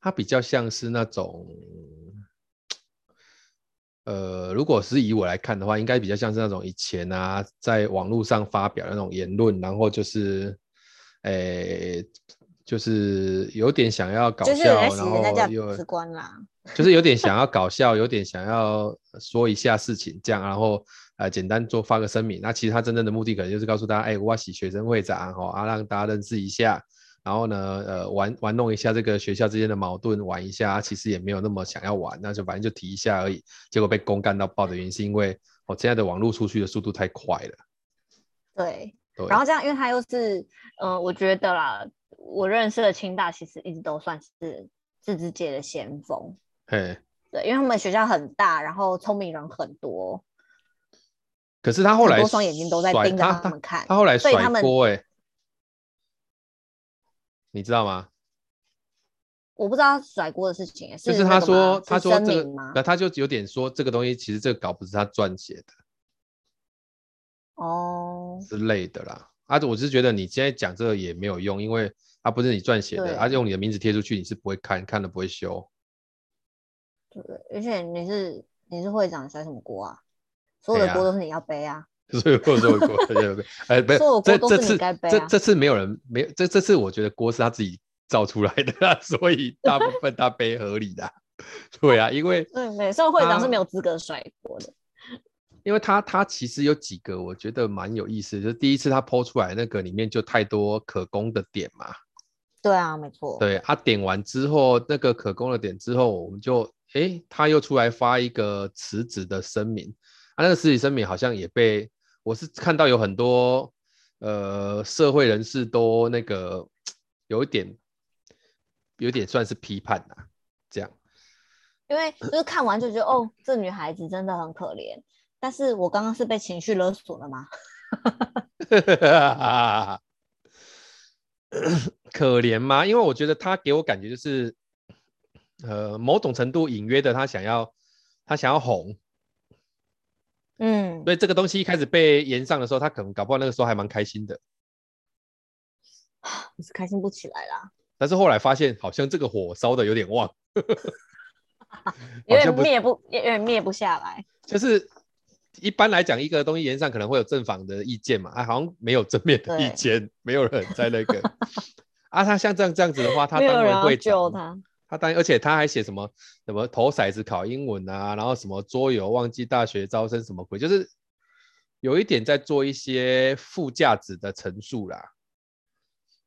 A: 他比较像是那种，呃，如果是以我来看的话，应该比较像是那种以前啊，在网络上发表的那种言论，然后就是，诶、就是有点想要搞
B: 就是
A: 笑，
B: 来洗
A: 然后
B: 人家
A: 又
B: 价值观啦。
A: 就是有点想要搞笑，有点想要说一下事情这样，然后呃简单做发个声明。那其实他真正的目的可能就是告诉大家，哎、我要洗学生会长哦，啊让大家认识一下，然后呢呃玩玩弄一下这个学校之间的矛盾，玩一下，啊其实也没有那么想要玩，那就反正就提一下而已。结果被公干到爆的原因是因为我、哦、现在的网络出去的速度太快了，
B: 对，
A: 对，
B: 然后这样，因为他又是，嗯、我觉得啦，我认识的清大其实一直都算是自治界的先锋，
A: 嘿。
B: 对，因为他们学校很大，然后聪明人很多，
A: 可是他后
B: 很
A: 来
B: 多双眼睛都在
A: 甩
B: 盯着
A: 他
B: 他们看
A: 他后来
B: 所以
A: 甩
B: 他们
A: 锅哎、你知道吗？
B: 我不知道甩锅的事情欸
A: 就是
B: 那
A: 他
B: 个
A: 说
B: 吗，
A: 他
B: 是
A: 说
B: 声
A: 这个
B: 明吗，
A: 那？他就有点说这个东西其实这个稿不是他撰写的
B: 哦，
A: 之类的啦。啊，我是觉得你现在讲这个也没有用，因为它不是你撰写
B: 对
A: 的，它、啊用你的名字贴出去，你是不会看，看了不会修。
B: 对，而且你是你是会长，甩什么锅啊？所有
A: 对
B: 的
A: 啊
B: 锅都是你要背啊，
A: 所以我说过，哎，不是
B: 说我，
A: 这
B: 锅
A: 这
B: 都是你
A: 次
B: 该背
A: 这
B: 啊
A: 这次没有人没有这这次我觉得锅是他自己造出来的、啊， 所以大部分他背合理的啊、 对啊，因为
B: 对，美术会长
A: 啊
B: 是没有资格甩锅的。
A: 因为他他其实有几个我觉得蛮有意思，就是第一次他剖出来那个里面就太多可攻的点嘛，
B: 对啊，没错。
A: 对，他、点完之后那个可攻的点之后，我们就诶他又出来发一个辞职的声明，啊，那个辞职声明好像也被我是看到有很多呃社会人士都那个有一点有一点算是批判呐、这样。
B: 因为就是看完就觉得哦，这女孩子真的很可怜。但是我刚刚是被情绪勒索了吗？
A: 可怜吗？因为我觉得他给我感觉就是，呃，某种程度隐约的他想要他想要红，
B: 嗯，
A: 所以这个东西一开始被延上的时候，他可能搞不好那个时候还蛮开心的，
B: 我是开心不起来啦，
A: 但是后来发现好像这个火烧的有点旺，
B: 有
A: 好
B: 点
A: 像不
B: 灭不，有点灭不下来。
A: 就是一般来讲一个东西延上可能会有正反的意见嘛，啊，好像没有正面的意
B: 对
A: 见，没有人在那个啊，他像这样这样子的话，他
B: 没有
A: 当
B: 人
A: 然
B: 要
A: 会
B: 救他。
A: 他当然，而且他还写什么什么投骰子考英文啊，然后什么桌游忘记大学招生什么鬼，就是有一点在做一些附价值的陈述啦。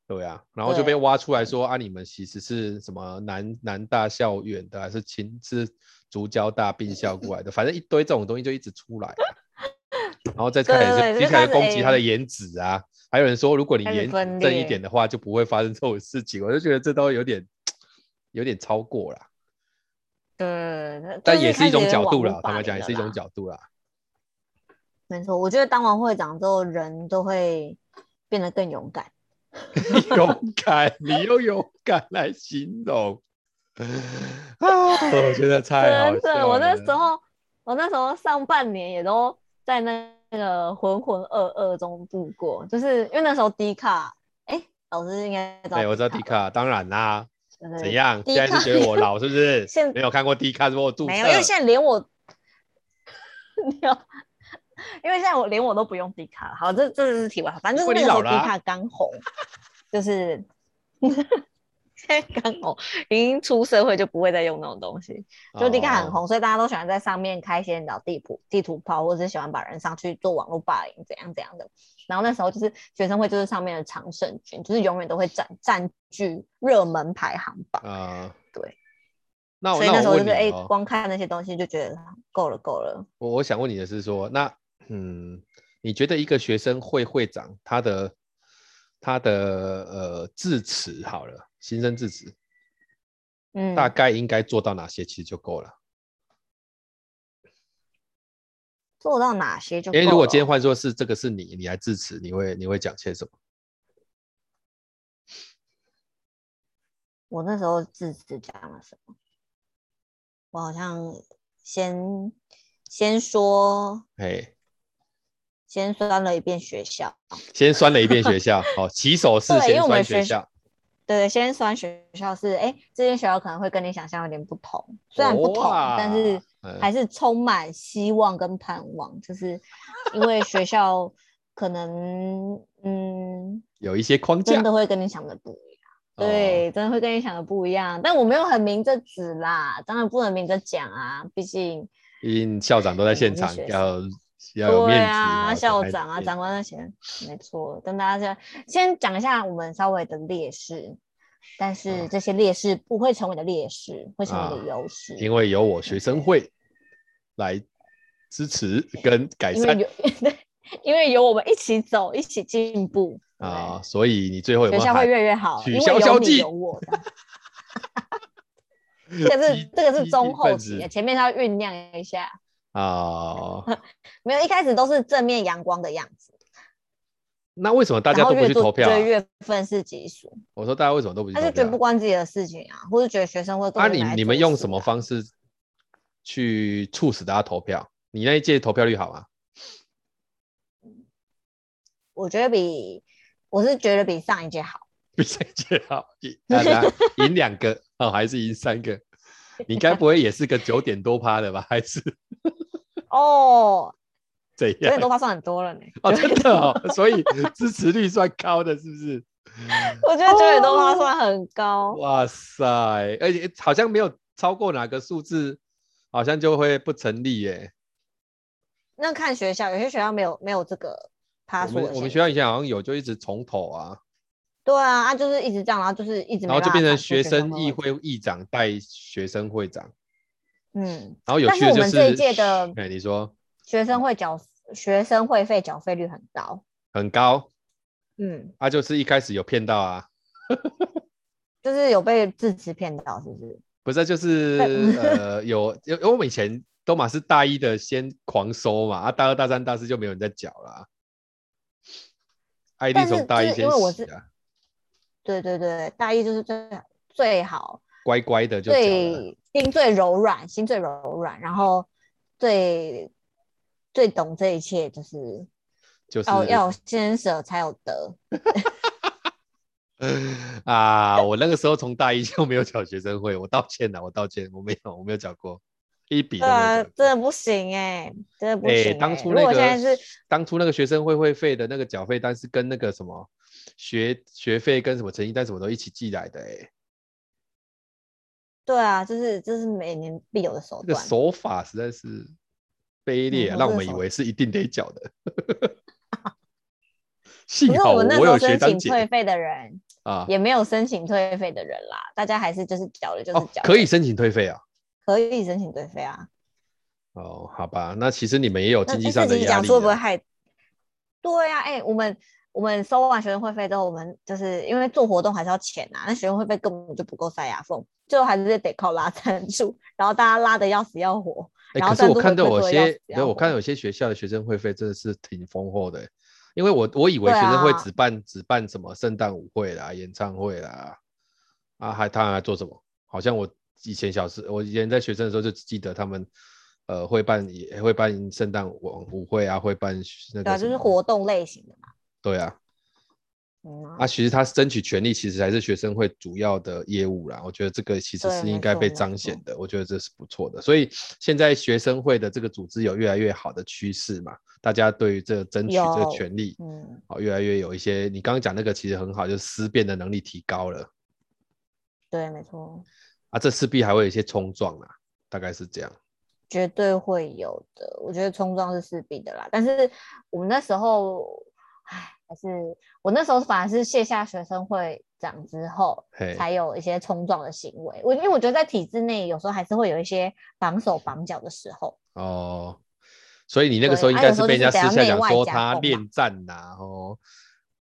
A: 对啊，然后就被
B: 对
A: 挖出来说啊，你们其实是什么南南大校远的，还是秦是竹交大并校过来的，反正一堆这种东西就一直出来啊、然后再开
B: 对对
A: 始
B: 对
A: 就
B: 就
A: 开
B: 开
A: 始
B: 始
A: 攻击他的
B: 哎
A: 颜值啊，还有人说如果你
B: 开始
A: 颜值
B: 分
A: 正一
B: 裂
A: 点的话，就不会发生这种事情，我就觉得这都有点有点超过啦。
B: 对，
A: 但
B: 就
A: 也是一种角度
B: 啦
A: 啦，，坦白讲也是一种
B: 角。
A: 角度啦。
B: 没错，我觉得当完会长之后，人都会变得更勇敢。
A: 勇敢，你用勇敢来形容啊，我觉得太好
B: 真
A: 笑
B: 的，
A: 了。
B: 我那时候，我那时候上半年也都在那个浑浑噩噩中度过，就是因为那时候低卡，哎，老师应该知道，
A: 对，哎我知道迪，卡，当然啦，
B: 对对
A: 怎样？
B: 迪
A: 现
B: 卡
A: 在是觉得我老是不是
B: 现？
A: 没有看过迪卡，说我注册
B: 没有，因为现在连我， 你要，因为现在我连我都不用迪卡了。好，这这是题外话，反正
A: 因
B: 就
A: 为
B: 是
A: 你
B: 那个时
A: 老
B: 候
A: 了啊
B: 迪卡刚红，就是 现在刚红，已经出社会就不会再用那种东西。
A: 哦
B: 就迪卡很红，所以大家都喜欢在上面开一些你知道地图地图炮，或者是喜欢把人上去做网络霸凌怎样怎样的。然后那时候就是学生会，就是上面的常胜军，就是永远都会占占据热门排行榜。
A: 啊。
B: 对，
A: 那我
B: 所以那时
A: 我
B: 候就
A: 问
B: 是
A: 你
B: 哎、
A: 哦，
B: 光看那些东西就觉得够了够了。
A: 我我想问你的是说，那嗯，你觉得一个学生会会长他的他的呃致辞好了，新生致辞
B: 嗯，
A: 大概应该做到哪些，其实就够了。
B: 做到哪些就够
A: 因
B: 了。
A: 为如果今天换作是这个是你，你来致辞，你会你会讲些什么？
B: 我那时候自己讲了什么，我好像先先说
A: 哎，
B: 先酸了一遍学校，
A: 先酸了一遍学校，好，起手式
B: 对因
A: 先
B: 为我
A: 酸
B: 们
A: 学
B: 学
A: 校，
B: 对，先酸学校是哎、这间学校可能会跟你想象有点不同，虽然不同，但是
A: 哇嗯
B: 还是充满希望跟盼望，就是因为学校可能嗯
A: 有一些框架
B: 真，的会跟你想的不一样。
A: 哦，
B: 对，真的会跟你想的不一样，但我没有很明着指啦，当然不能明着讲啊，毕竟
A: 毕竟校长都在现
B: 嗯我们是
A: 场
B: 学，生
A: 要要有
B: 对
A: 面子
B: 啊，
A: 好
B: 校
A: 才
B: 长啊，
A: 面
B: 长官那些，没错。跟大家先先讲一下我们稍微的劣势，但是
A: 嗯
B: 这些劣势不会成为你的劣势，会成为你的优势。
A: 啊因为有我学生会来支持跟改
B: 因为
A: 善
B: 有 对，因为有我们一起走，一起进步
A: 啊，，所以你最后有
B: 对
A: 没
B: 学
A: 有
B: 校会
A: 喊
B: 越来越好，
A: 取
B: 因为
A: 消
B: 有
A: 校
B: 你
A: 纪
B: 有我 的。这个是
A: 激
B: 这个
A: 激
B: 是
A: 进
B: 中后
A: 分
B: 期
A: 子
B: 的，前面要酝酿一下。
A: 啊？
B: 嗯没有，一开始都是正面阳光的样子，
A: 那为什么大家
B: 然后
A: 都不
B: 越
A: 去投
B: 做
A: 票啊？
B: 越月份是极数，
A: 我说大家为什么都不去
B: 他
A: 投
B: 就觉得
A: 票
B: 不？关自己的事情啊，或者觉得学生会更。
A: 啊，你你们用什么？方式去促使大家投票？你那一届投票率好吗？
B: 我觉得比我是觉得比上一届好，
A: 比上一届好， 赢大家赢两个哦，还是赢三个？ 你该不会也是个九点多趴的吧？还是
B: 哦，
A: 怎
B: 九点
A: 样？
B: 多发算很多了呢。
A: 哦，真的哦，所以支持率算高的，是不是？
B: 我觉得九点多发算很高。
A: 哇塞，而且好像没有超过哪个数字，好像就会不成立耶。
B: 那看学校，有些学校没有没有这个趴
A: 我
B: 数的
A: 们我们
B: 限
A: 学校以前好像有，就一直从头啊，
B: 对啊，啊就是一直这样，然后就是一直没
A: 然后就
B: 办法
A: 变成
B: 反复
A: 学生
B: 会
A: 议会议长带学生会长，
B: 嗯，
A: 然后有
B: 但
A: 趣的
B: 是我
A: 就
B: 们这一届的
A: 哎，你说
B: 学生会缴学生会费缴费率很高，
A: 很高，
B: 嗯，
A: 他、就是一开始有骗到啊，
B: 就是有被字词骗到，是不是？
A: 不是，就是呃，有因为我们以前都嘛是大一的先狂收嘛，啊，大二、大三、大四就没有人在缴啦。艾丽
B: 但是
A: 从大一
B: 就是
A: 先
B: 因为我
A: 洗
B: 是
A: 啊，
B: 对对对，大一就是最最好
A: 乖乖的就缴了。
B: 最心最柔软，心最柔软，然后最最懂这一切，就是
A: 就是
B: 哦要要先舍才有得。
A: 啊，我那个时候从大一就没有缴学生会，我道歉了，我道歉，我没有，我没有缴过一笔都没
B: 对
A: 有
B: 啊
A: 缴过。，
B: 真的不行哎、真的不行、
A: 哎、
B: 欸
A: 当初
B: 如
A: 那
B: 果
A: 个
B: 现在是
A: 当初那个学生会会费的那个缴费单是跟那个什么学学费跟什么成绩单什么都一起寄来的、欸，哎，
B: 对啊，就是这是每年必有的手
A: 这个
B: 段。
A: 手法实在是卑劣、啊，
B: 嗯
A: 让我
B: 这
A: 们
B: 个
A: 以
B: 手
A: 为是一定得缴的。 幸
B: 可是
A: 好啊
B: 我们那时
A: 有
B: 候
A: 学
B: 申
A: 长
B: 请
A: 姐
B: 退费的人，
A: 啊，
B: 也没有申请退费的人啦，大家还是就是缴了就是
A: 哦
B: 缴了、
A: 可以申请退费啊。
B: 可以申请退费啊。
A: 哦，好吧，那其实你们也有
B: 那
A: 经济
B: 诶
A: 上
B: 呃自
A: 的
B: 己
A: 压
B: 讲
A: 力、
B: 出会不会
A: 啊。
B: 害？对呀、啊，哎、我们我们收完学生会费之后，我们就是因为做活动还是要钱啊，那学生会费根本就不够塞牙缝，最后还是得靠拉赞助，然后大家拉的要死要活。
A: 哎、
B: 然后
A: 可是我
B: 赞助
A: 看
B: 回
A: 到
B: 馈
A: 有
B: 做得要
A: 些
B: 死，要
A: 对我
B: 活
A: 看到有些学校的学生会费真的是挺丰厚的欸、因为我我以为学
B: 对
A: 生会
B: 啊
A: 只办、只办什么圣诞舞会啦、演唱会啦，啊，还他们还做什么？好像我以前小时，我以前在学生的时候就记得他们，呃，会办也会办圣诞舞舞会啊，会办那
B: 对
A: 个
B: 啊，
A: 什
B: 就是
A: 么
B: 活动类型的嘛。
A: 对啊，
B: 嗯啊
A: 啊，其实他争取权利其实还是学生会主要的业务啦。我觉得这个其实
B: 对
A: 是
B: 没
A: 应该
B: 错
A: 被
B: 没
A: 彰
B: 错
A: 显的，我觉得这是不错的。所以现在学生会的这个组织有越来越好的趋势嘛，大家对于这个争取这个
B: 有
A: 权利，
B: 嗯，
A: 好、越来越有一些。你刚刚讲那个其实很好，就是思辨的能力提高了
B: 对，没错，
A: 啊，这势必还会有一些冲撞啦，大概是这样。
B: 绝对会有的。我觉得冲撞是势必的啦，但是我们那时候，唉，还是我那时候反而是卸下学生会长之后，
A: 嘿，
B: 才有一些冲撞的行为。我因为我觉得在体制内，有时候还是会有一些绑手绑脚的时候。
A: 哦，所以你那个时候
B: 对
A: 应
B: 啊
A: 该
B: 有
A: 是
B: 时候
A: 被人
B: 就
A: 家
B: 是
A: 私下
B: 得要内
A: 讲
B: 外
A: 说
B: 夹
A: 他
B: 缝嘛
A: 恋战呐、哦，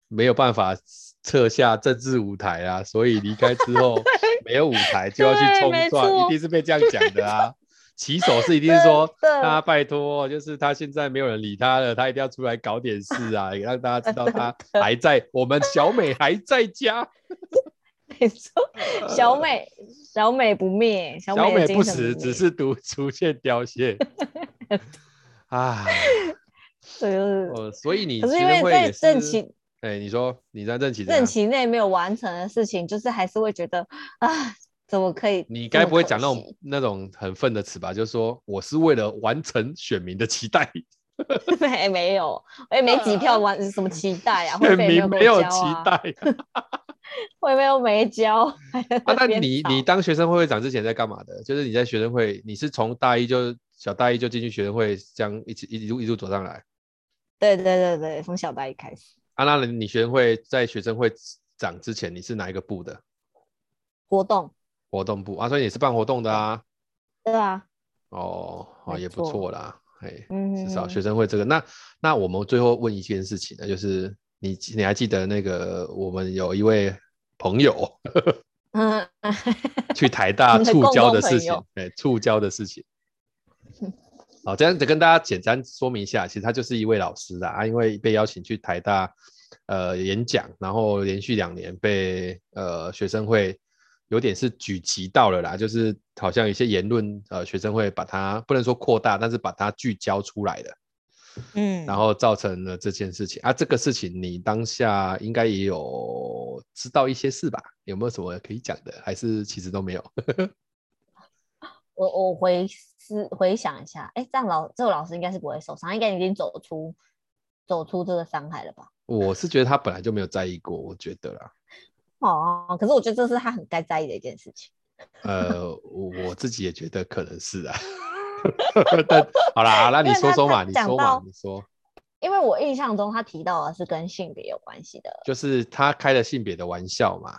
A: 没有办法撤下政治舞台啊，所以离开之 后没有舞台就要去
B: 对
A: 冲
B: 没
A: 撞，一
B: 错
A: 定是被这样讲的 啊。起手是一定是说，
B: 真
A: 大家
B: 的
A: 拜托，就是他现在没有人理他了，他一定要出来搞点事啊，也让大家知道 他还在，我们小美还在家，
B: 没错，小美，小美不灭，小
A: 小
B: 美
A: 美
B: 的
A: 不
B: 精神
A: 死，
B: 灭
A: 只是独 出现凋 谢。啊，
B: 对， 就是
A: 哦，所以你
B: 可是
A: 学
B: 因
A: 生
B: 为
A: 会
B: 在
A: 也是
B: 任期
A: 哎、你说你在任期怎
B: 任
A: 样
B: 期内没有完成的事情，就是还是会觉得啊，怎么可以？
A: 你该不会讲那种？那种很愤的词吧？就是说我是为了完成选民的期待，
B: 没没有，哎，没几票完，什么期待 啊？会
A: 选
B: 费也
A: 民
B: 没
A: 没有
B: 有
A: 期
B: 交啊，
A: 待
B: 会费又没交。还在
A: 啊。那
B: 边
A: 你
B: 吵
A: 你当学生会会长之前在干嘛的？就是你在学生会，你是从大一就小大一就进去学生会，这样一起一一路一路走上来。
B: 对对对对，从小白开始。
A: 啊，那你学生会在学生会长之前，你是哪一个部的
B: 活动，
A: 活动部啊？所以你是办活动的啊？
B: 对啊，
A: 哦，啊
B: 没
A: 也不
B: 错
A: 错啦，哎，
B: 嗯哼
A: 至少
B: 哼
A: 学生会这个。那那我们最后问一件事情呢，就是你记你还记得那个我们有一位朋 友
B: 嗯，
A: 去台大
B: 你的
A: 触
B: 共
A: 礁
B: 同
A: 的
B: 朋
A: 事情
B: 友，
A: 对，触礁的事 情。好，这样子跟大家简单说明一下，其实他就是一位老师啦，啊，因为被邀请去台大呃演讲，然后连续两年被呃学生会有点是举旗到了啦，就是好像有些言论呃学生会把它不能说扩大，但是把它聚焦出来的，
B: 嗯
A: 然后造成了这件事情啊，这个事情你当下应该也有知道一些事吧？有没有什么可以讲的？还是其实都没有？
B: 我我回思回想一下，哎，这样老这个老师应该是不会受伤，应该已经走出走出这个伤害了吧？
A: 我是觉得他本来就没有在意过，我觉得啦，
B: 哦，可是我觉得这是他很该在意的一件事情。
A: 呃，我我自己也觉得可能是啊。 但好啦，那你
B: 因为
A: 说
B: 他
A: 说
B: 他
A: 嘛，你
B: 讲
A: 说嘛
B: 到，
A: 你说，
B: 因为我印象中他提到的是跟性别有关系的，
A: 就是他开了性别的玩笑嘛，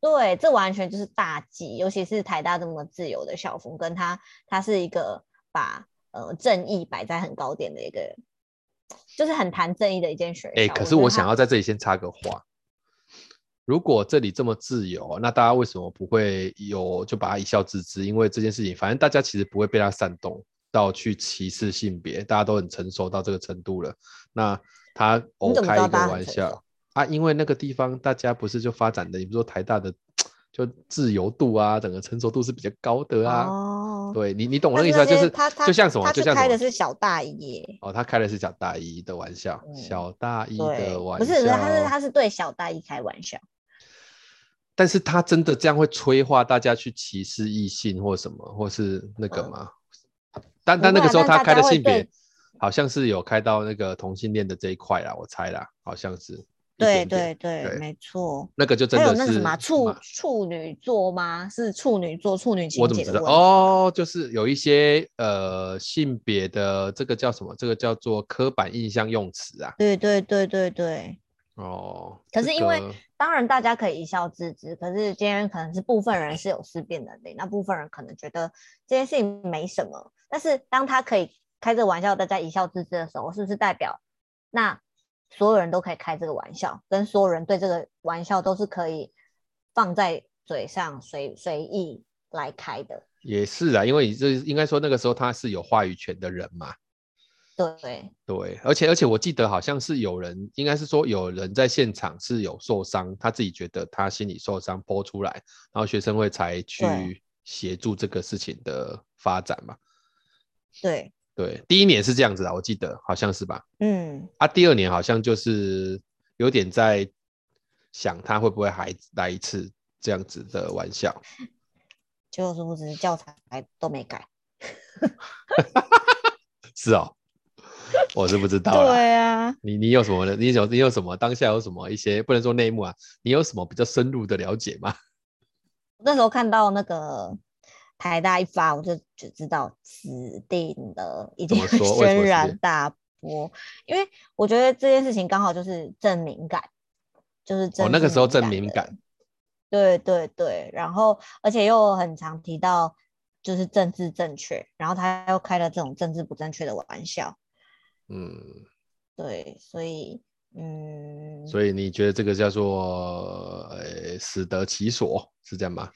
B: 对，这完全就是大忌，尤其是台大这么自由的校风，跟他他是一个把呃正义摆在很高点的一个，就是很谈正义的一间学校。
A: 哎、可是
B: 觉得
A: 我
B: 他
A: 想要在这里先插个话，如果这里这么自由，那大家为什么不会有就把它一笑置之？因为这件事情，反正大家其实不会被它煽动到去歧视性别，大家都很成熟到这个程度了。那他偶
B: 你怎么
A: 开
B: 知道
A: 一个
B: 大家很
A: 玩
B: 成熟
A: 笑啊，因为那个地方大家不是就发展的，你不说台大的就自由度啊，整个成熟度是比较高的啊。
B: 哦，
A: 对你，你懂我
B: 但
A: 那个意思啊，
B: 是那
A: 就
B: 些
A: 是
B: 他他
A: 就像什么，
B: 他
A: 就
B: 去
A: 像什么
B: 开的是小大一耶，
A: 哦，他开的是小大一的玩笑，
B: 嗯
A: 小大一
B: 对
A: 的，玩
B: 不
A: 笑，
B: 是不是，他是他是对小大一开玩笑。
A: 但是他真的这样会催化大家去歧视异性或什么，或是那个
B: 嗯
A: 吗？但
B: 不
A: 但那
B: 会
A: 个
B: 啊
A: 时候
B: 但
A: 他
B: 大
A: 开
B: 家
A: 的
B: 会
A: 性别
B: 对
A: 好像是有开到那个同性恋的这一块啦，我猜啦，好像是一
B: 对
A: 点点。
B: 对对，
A: 对
B: 没错。
A: 那个就真
B: 还有
A: 的
B: 那个
A: 是
B: 什么啊处
A: 嘛
B: 处女座吗？是处女座处女情
A: 我怎么
B: 节
A: 知
B: 的
A: 道？
B: 问题。
A: 哦，就是有一些呃性别的这个叫什么？这个叫做刻板印象用词啊。
B: 对对对对对，
A: 哦，
B: 可
A: 这
B: 是因为
A: 个
B: 当然大家可以一笑置之，可是今天可能是部分人是有思辨能力，那部分人可能觉得这件事情没什么，但是当他可以开这个玩笑，大家一笑置之的时候，是不是代表那所有人都可以开这个玩笑，跟所有人对这个玩笑都是可以放在嘴上随随意来开的？
A: 也是啊，因为你这应该说那个时候他是有话语权的人嘛，
B: 对，
A: 对，而且而且我记得好像是有人，应该是说有人在现场是有受伤，他自己觉得他心里受伤，播出来，然后学生会才去
B: 对
A: 协助这个事情的发展嘛。
B: 对，
A: 对，第一年是这样子啦，我记得好像是吧？
B: 嗯，
A: 啊，第二年好像就是有点在想他会不会还来一次这样子的玩笑。
B: 就是不知教材都没改。
A: 是哦，我是不知道啦。
B: 对啊，
A: 你你有什么？你有你有什么？当下有什么一些不能说内幕啊？你有什么比较深入的了解吗？哦
B: 那时候看到那个台大一发，我就就知道死定了，已
A: 怎
B: 经
A: 么 说为什么
B: 轩
A: 死
B: 然
A: 定
B: 大波。因为我觉得这件事情刚好就是正敏感，就是
A: 哦，
B: 真
A: 那个
B: 是
A: 时候正敏
B: 的
A: 感，
B: 对对对，然后而且又很常提到就是政治正确，然后他又开了这种政治不正确的玩笑，
A: 嗯，
B: 对，所以嗯，
A: 所以你觉得这个叫做呃死得其所是这样吗？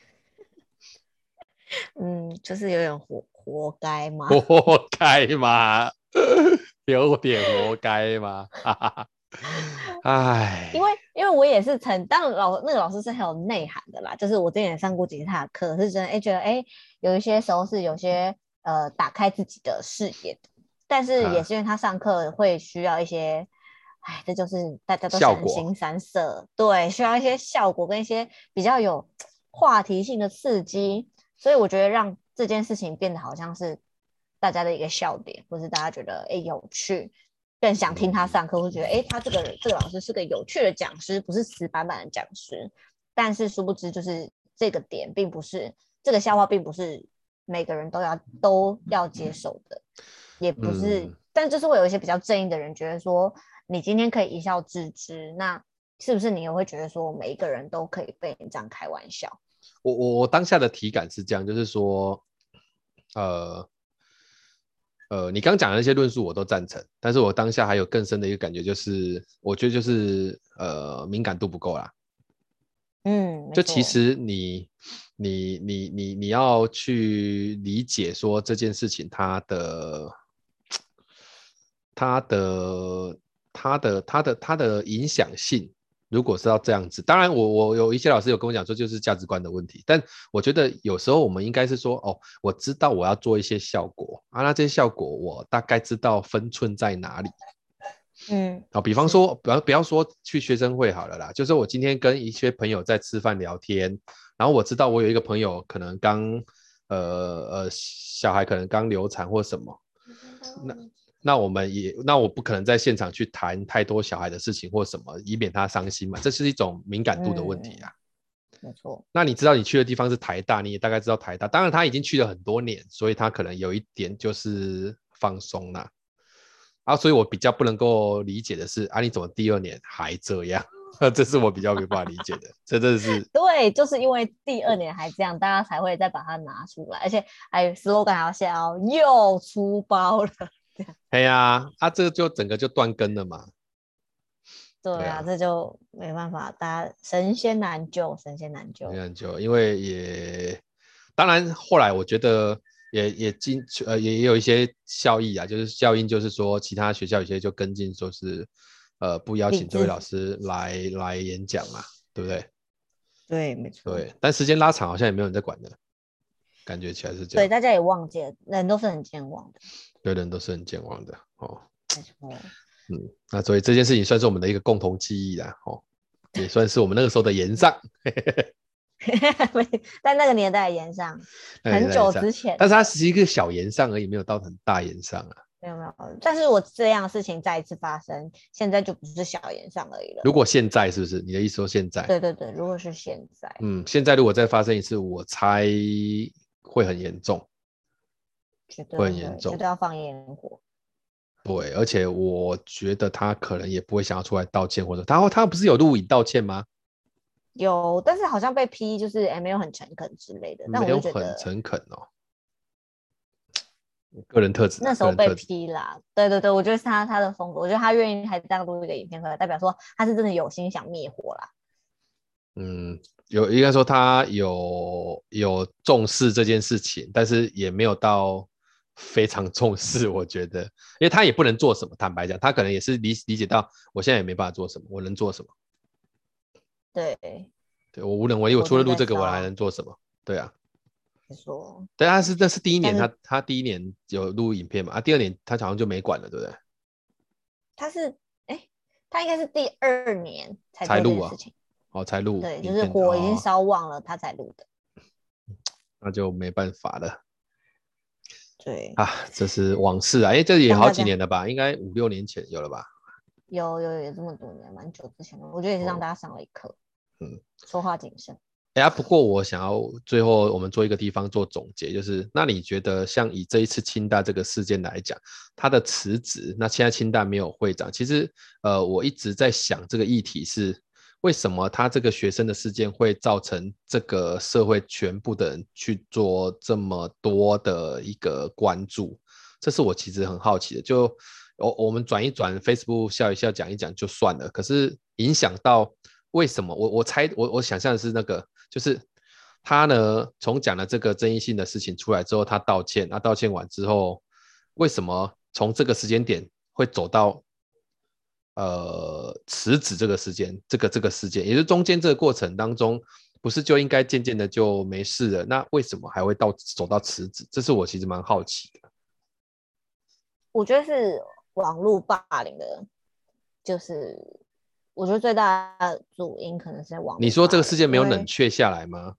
B: 嗯，就是有点活活该 嘛。
A: 活该嘛， 有点活该嘛， 哈哈哈。哎，
B: 因为因为我也是曾，当然老那个老师是很有内涵的啦，就是我之前也上过几次他的课，是真的哎、诶觉得哎、诶有一些时候是有些呃打开自己的视野的，但是
A: 啊
B: 也是因为他上课会需要一些，哎，这就是大家都
A: 效
B: 三
A: 果
B: 形三色，对，需要一些效果跟一些比较有话题性的刺激，所以我觉得让这件事情变得好像是大家的一个笑点，或是大家觉得哎、诶有趣，更想听
A: 嗯
B: 他上课，会觉得哎、诶他这个人这个老师是个有趣的讲师，不是死板板的讲师。但是殊不知，就是这个点并不是这个笑话，并不是每个人都要都要接受的，也不是。
A: 嗯
B: 但就是会有一些比较正义的人觉得说，你今天可以一笑置之，那是不是你也会觉得说，每一个人都可以被你这样开玩笑？
A: 我我我当下的体感是这样，就是说，呃呃，你刚讲的那些论述我都赞成，但是我当下还有更深的一个感觉，就是我觉得就是呃敏感度不够啦，
B: 嗯，没
A: 就其
B: 错
A: 实你你你你你要去理解说这件事情它的它的它的它的它的影响性，如果是要这样子，当然我我有一些老师有跟我讲说就是价值观的问题，但我觉得有时候我们应该是说哦，我知道我要做一些效果啊，那这些效果我大概知道分寸在哪里。
B: 嗯
A: 啊，比方
B: 是
A: 说，不要不要说去学生会好了啦，就是我今天跟一些朋友在吃饭聊天，然后我知道我有一个朋友可能刚呃呃小孩可能刚流产或什么，那那我们也那我不可能在现场去谈太多小孩的事情或什么，以免他伤心嘛，这是一种敏感度的问题啊。
B: 没错，
A: 那你知道你去的地方是台大，你也大概知道台大，当然他已经去了很多年，所以他可能有一点就是放松啦。啊，所以我比较不能够理解的是，啊，你怎么第二年还这样？ 这是我比较没办法理解的，这真的是
B: 对，就是因为第二年还这样，大家才会再把它拿出来，而且还 slogan 还要写哦，又出包了。
A: 哎呀，啊，这就整个就断根了嘛。
B: 对
A: 对
B: 啊，
A: 啊
B: 这就没办法，大家神仙难救，神仙难救
A: 没。很久，因为也当然后来我觉得也也进呃也也有一些效益啊，就是效应就是说其他学校有些就跟进，说是呃不邀
B: 励
A: 请这位
B: 志
A: 老师来来演讲嘛，对不
B: 嗯
A: 对？
B: 对，没错。
A: 对，但时间拉长好像也没有人在管的，感觉起来是这
B: 对，
A: 样，
B: 大家也忘记了，人都是很健忘的。
A: 对人都是很健忘的哦。
B: 没错，
A: 那所以这件事情算是我们的一个共同记忆啦，哦，也算是我们那个时候的延上，
B: 在那个年代延上，很久之前，
A: 但是它只是一个小延上而已，没有到很大延上啊。
B: 没有没有。但是我这样的事情再一次发生，现在就不是小延上而已了。
A: 如果现在是不是你的意思说现在？
B: 对对对，如果是现在，
A: 嗯，现在如果再发生一次，我猜会很严重。
B: 绝对
A: 会很
B: 会
A: 严
B: 绝
A: 重
B: 对要放烟火。
A: 对，而且我觉得他可能也不会想要出来道歉，或者他他不是有录影道歉吗？
B: 有，但是好像被批就是哎没有很诚恳之类的，但
A: 嗯没
B: 我就
A: 有
B: 觉
A: 很
B: 得
A: 诚恳哦。个人特质啊、
B: 那时候
A: 个人
B: 被
A: 特质
B: 批啦，对对对，我觉得是他他的风格，我觉得他愿意还单独录一个影片，可能代表说他是真的有心想灭火啦。
A: 嗯，有应该说他有有重视这件事情，但是也没有到非常重视，我觉得，因为他也不能做什么。坦白讲，他可能也是理理解到，我现在也没办法做什么，我能做什么？
B: 对，
A: 对我无能为力，我
B: 我
A: 除了
B: 正
A: 录
B: 在
A: 这个，我还
B: 烧
A: 能做什么？对啊，
B: 没错，
A: 但他是那是第一年，
B: 但
A: 他
B: 是
A: 他第一年有录影片嘛？啊，第二年他好像就没管了，对不对？
B: 他是哎，他应该是第二年才
A: 才
B: 做这
A: 录
B: 件
A: 啊
B: 事情，
A: 哦，才录
B: 对，
A: 影
B: 就是
A: 片
B: 火已经
A: 哦
B: 烧旺了，他才录的。
A: 那就没办法了
B: 对，
A: 啊，这是往事啊，哎，这也
B: 像
A: 好
B: 大
A: 几
B: 家
A: 年了吧？应该五六年前有了吧？
B: 有有有这么多年，蛮久之前了，我觉得也是让
A: 哦
B: 大家上了一课。
A: 嗯，
B: 说话谨慎。
A: 哎呀，不过我想要最后我们做一个地方做总结，就是那你觉得像以这一次清大这个事件来讲，他的辞职，那现在清大没有会长，其实呃我一直在想这个议题是为什么他这个学生的事件会造成这个社会全部的人去做这么多的一个关注，这是我其实很好奇的。就我我们转一转 Facebook 笑一笑讲一讲就算了，可是影响到为什么？我我猜我我想象的是那个，就是他呢从讲了这个争议性的事情出来之后，他道歉，那道歉完之后，为什么从这个时间点会走到呃辞职这个时间，这个这个事件，也就是中间这个过程当中，不是就应该渐渐的就没事了？那为什么还会到走到辞职？这是我其实蛮好奇的。
B: 我觉得是网络霸凌的，就是我觉得最大的主因可能是在网络霸凌。
A: 你说这个事件没有
B: 因为
A: 冷却下来吗？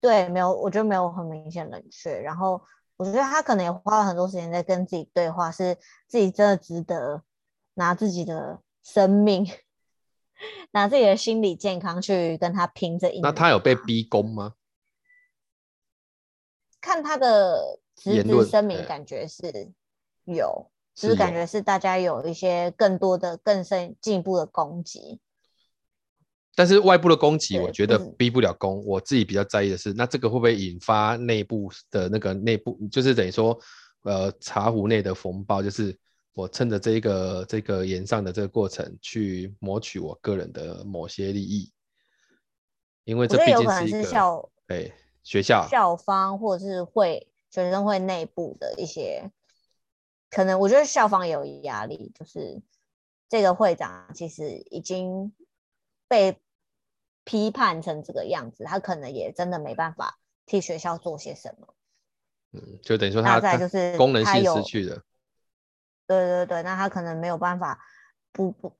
B: 对，没有，我觉得没有很明显冷却。然后我觉得他可能也花了很多时间在跟自己对话，是自己真的值得拿自己的生命、拿自己的心理健康去跟他拼这一年吗。
A: 那他有被逼宫吗？
B: 看他的辞
A: 言论
B: 职声明
A: 对，
B: 感觉是有，
A: 是
B: 就是感
A: 有
B: 觉是大家有一些更多的、更深进一步的攻击。
A: 但是外部的攻击，
B: 对嗯
A: 我觉得
B: 不是
A: 逼不了攻。我自己比较在意的是，那这个会不会引发内部的那个内部，就是等于说，呃，茶壶内的风暴，就是我趁着这个这个延上的这个过程，去谋取我个人的某些利益，因为
B: 我
A: 这
B: 觉得
A: 毕
B: 有
A: 竟
B: 可能
A: 一
B: 是
A: 个
B: 校
A: 对学校，
B: 校方或者是会学生会内部的一些，可能我觉得校方也有压力，就是这个会长其实已经被批判成这个样子，他可能也真的没办法替学校做些什么。
A: 嗯，就等于说
B: 那
A: 它
B: 再
A: 它
B: 就是
A: 功能
B: 它
A: 性失
B: 有
A: 去了，
B: 对对对，那他可能没有办法不不，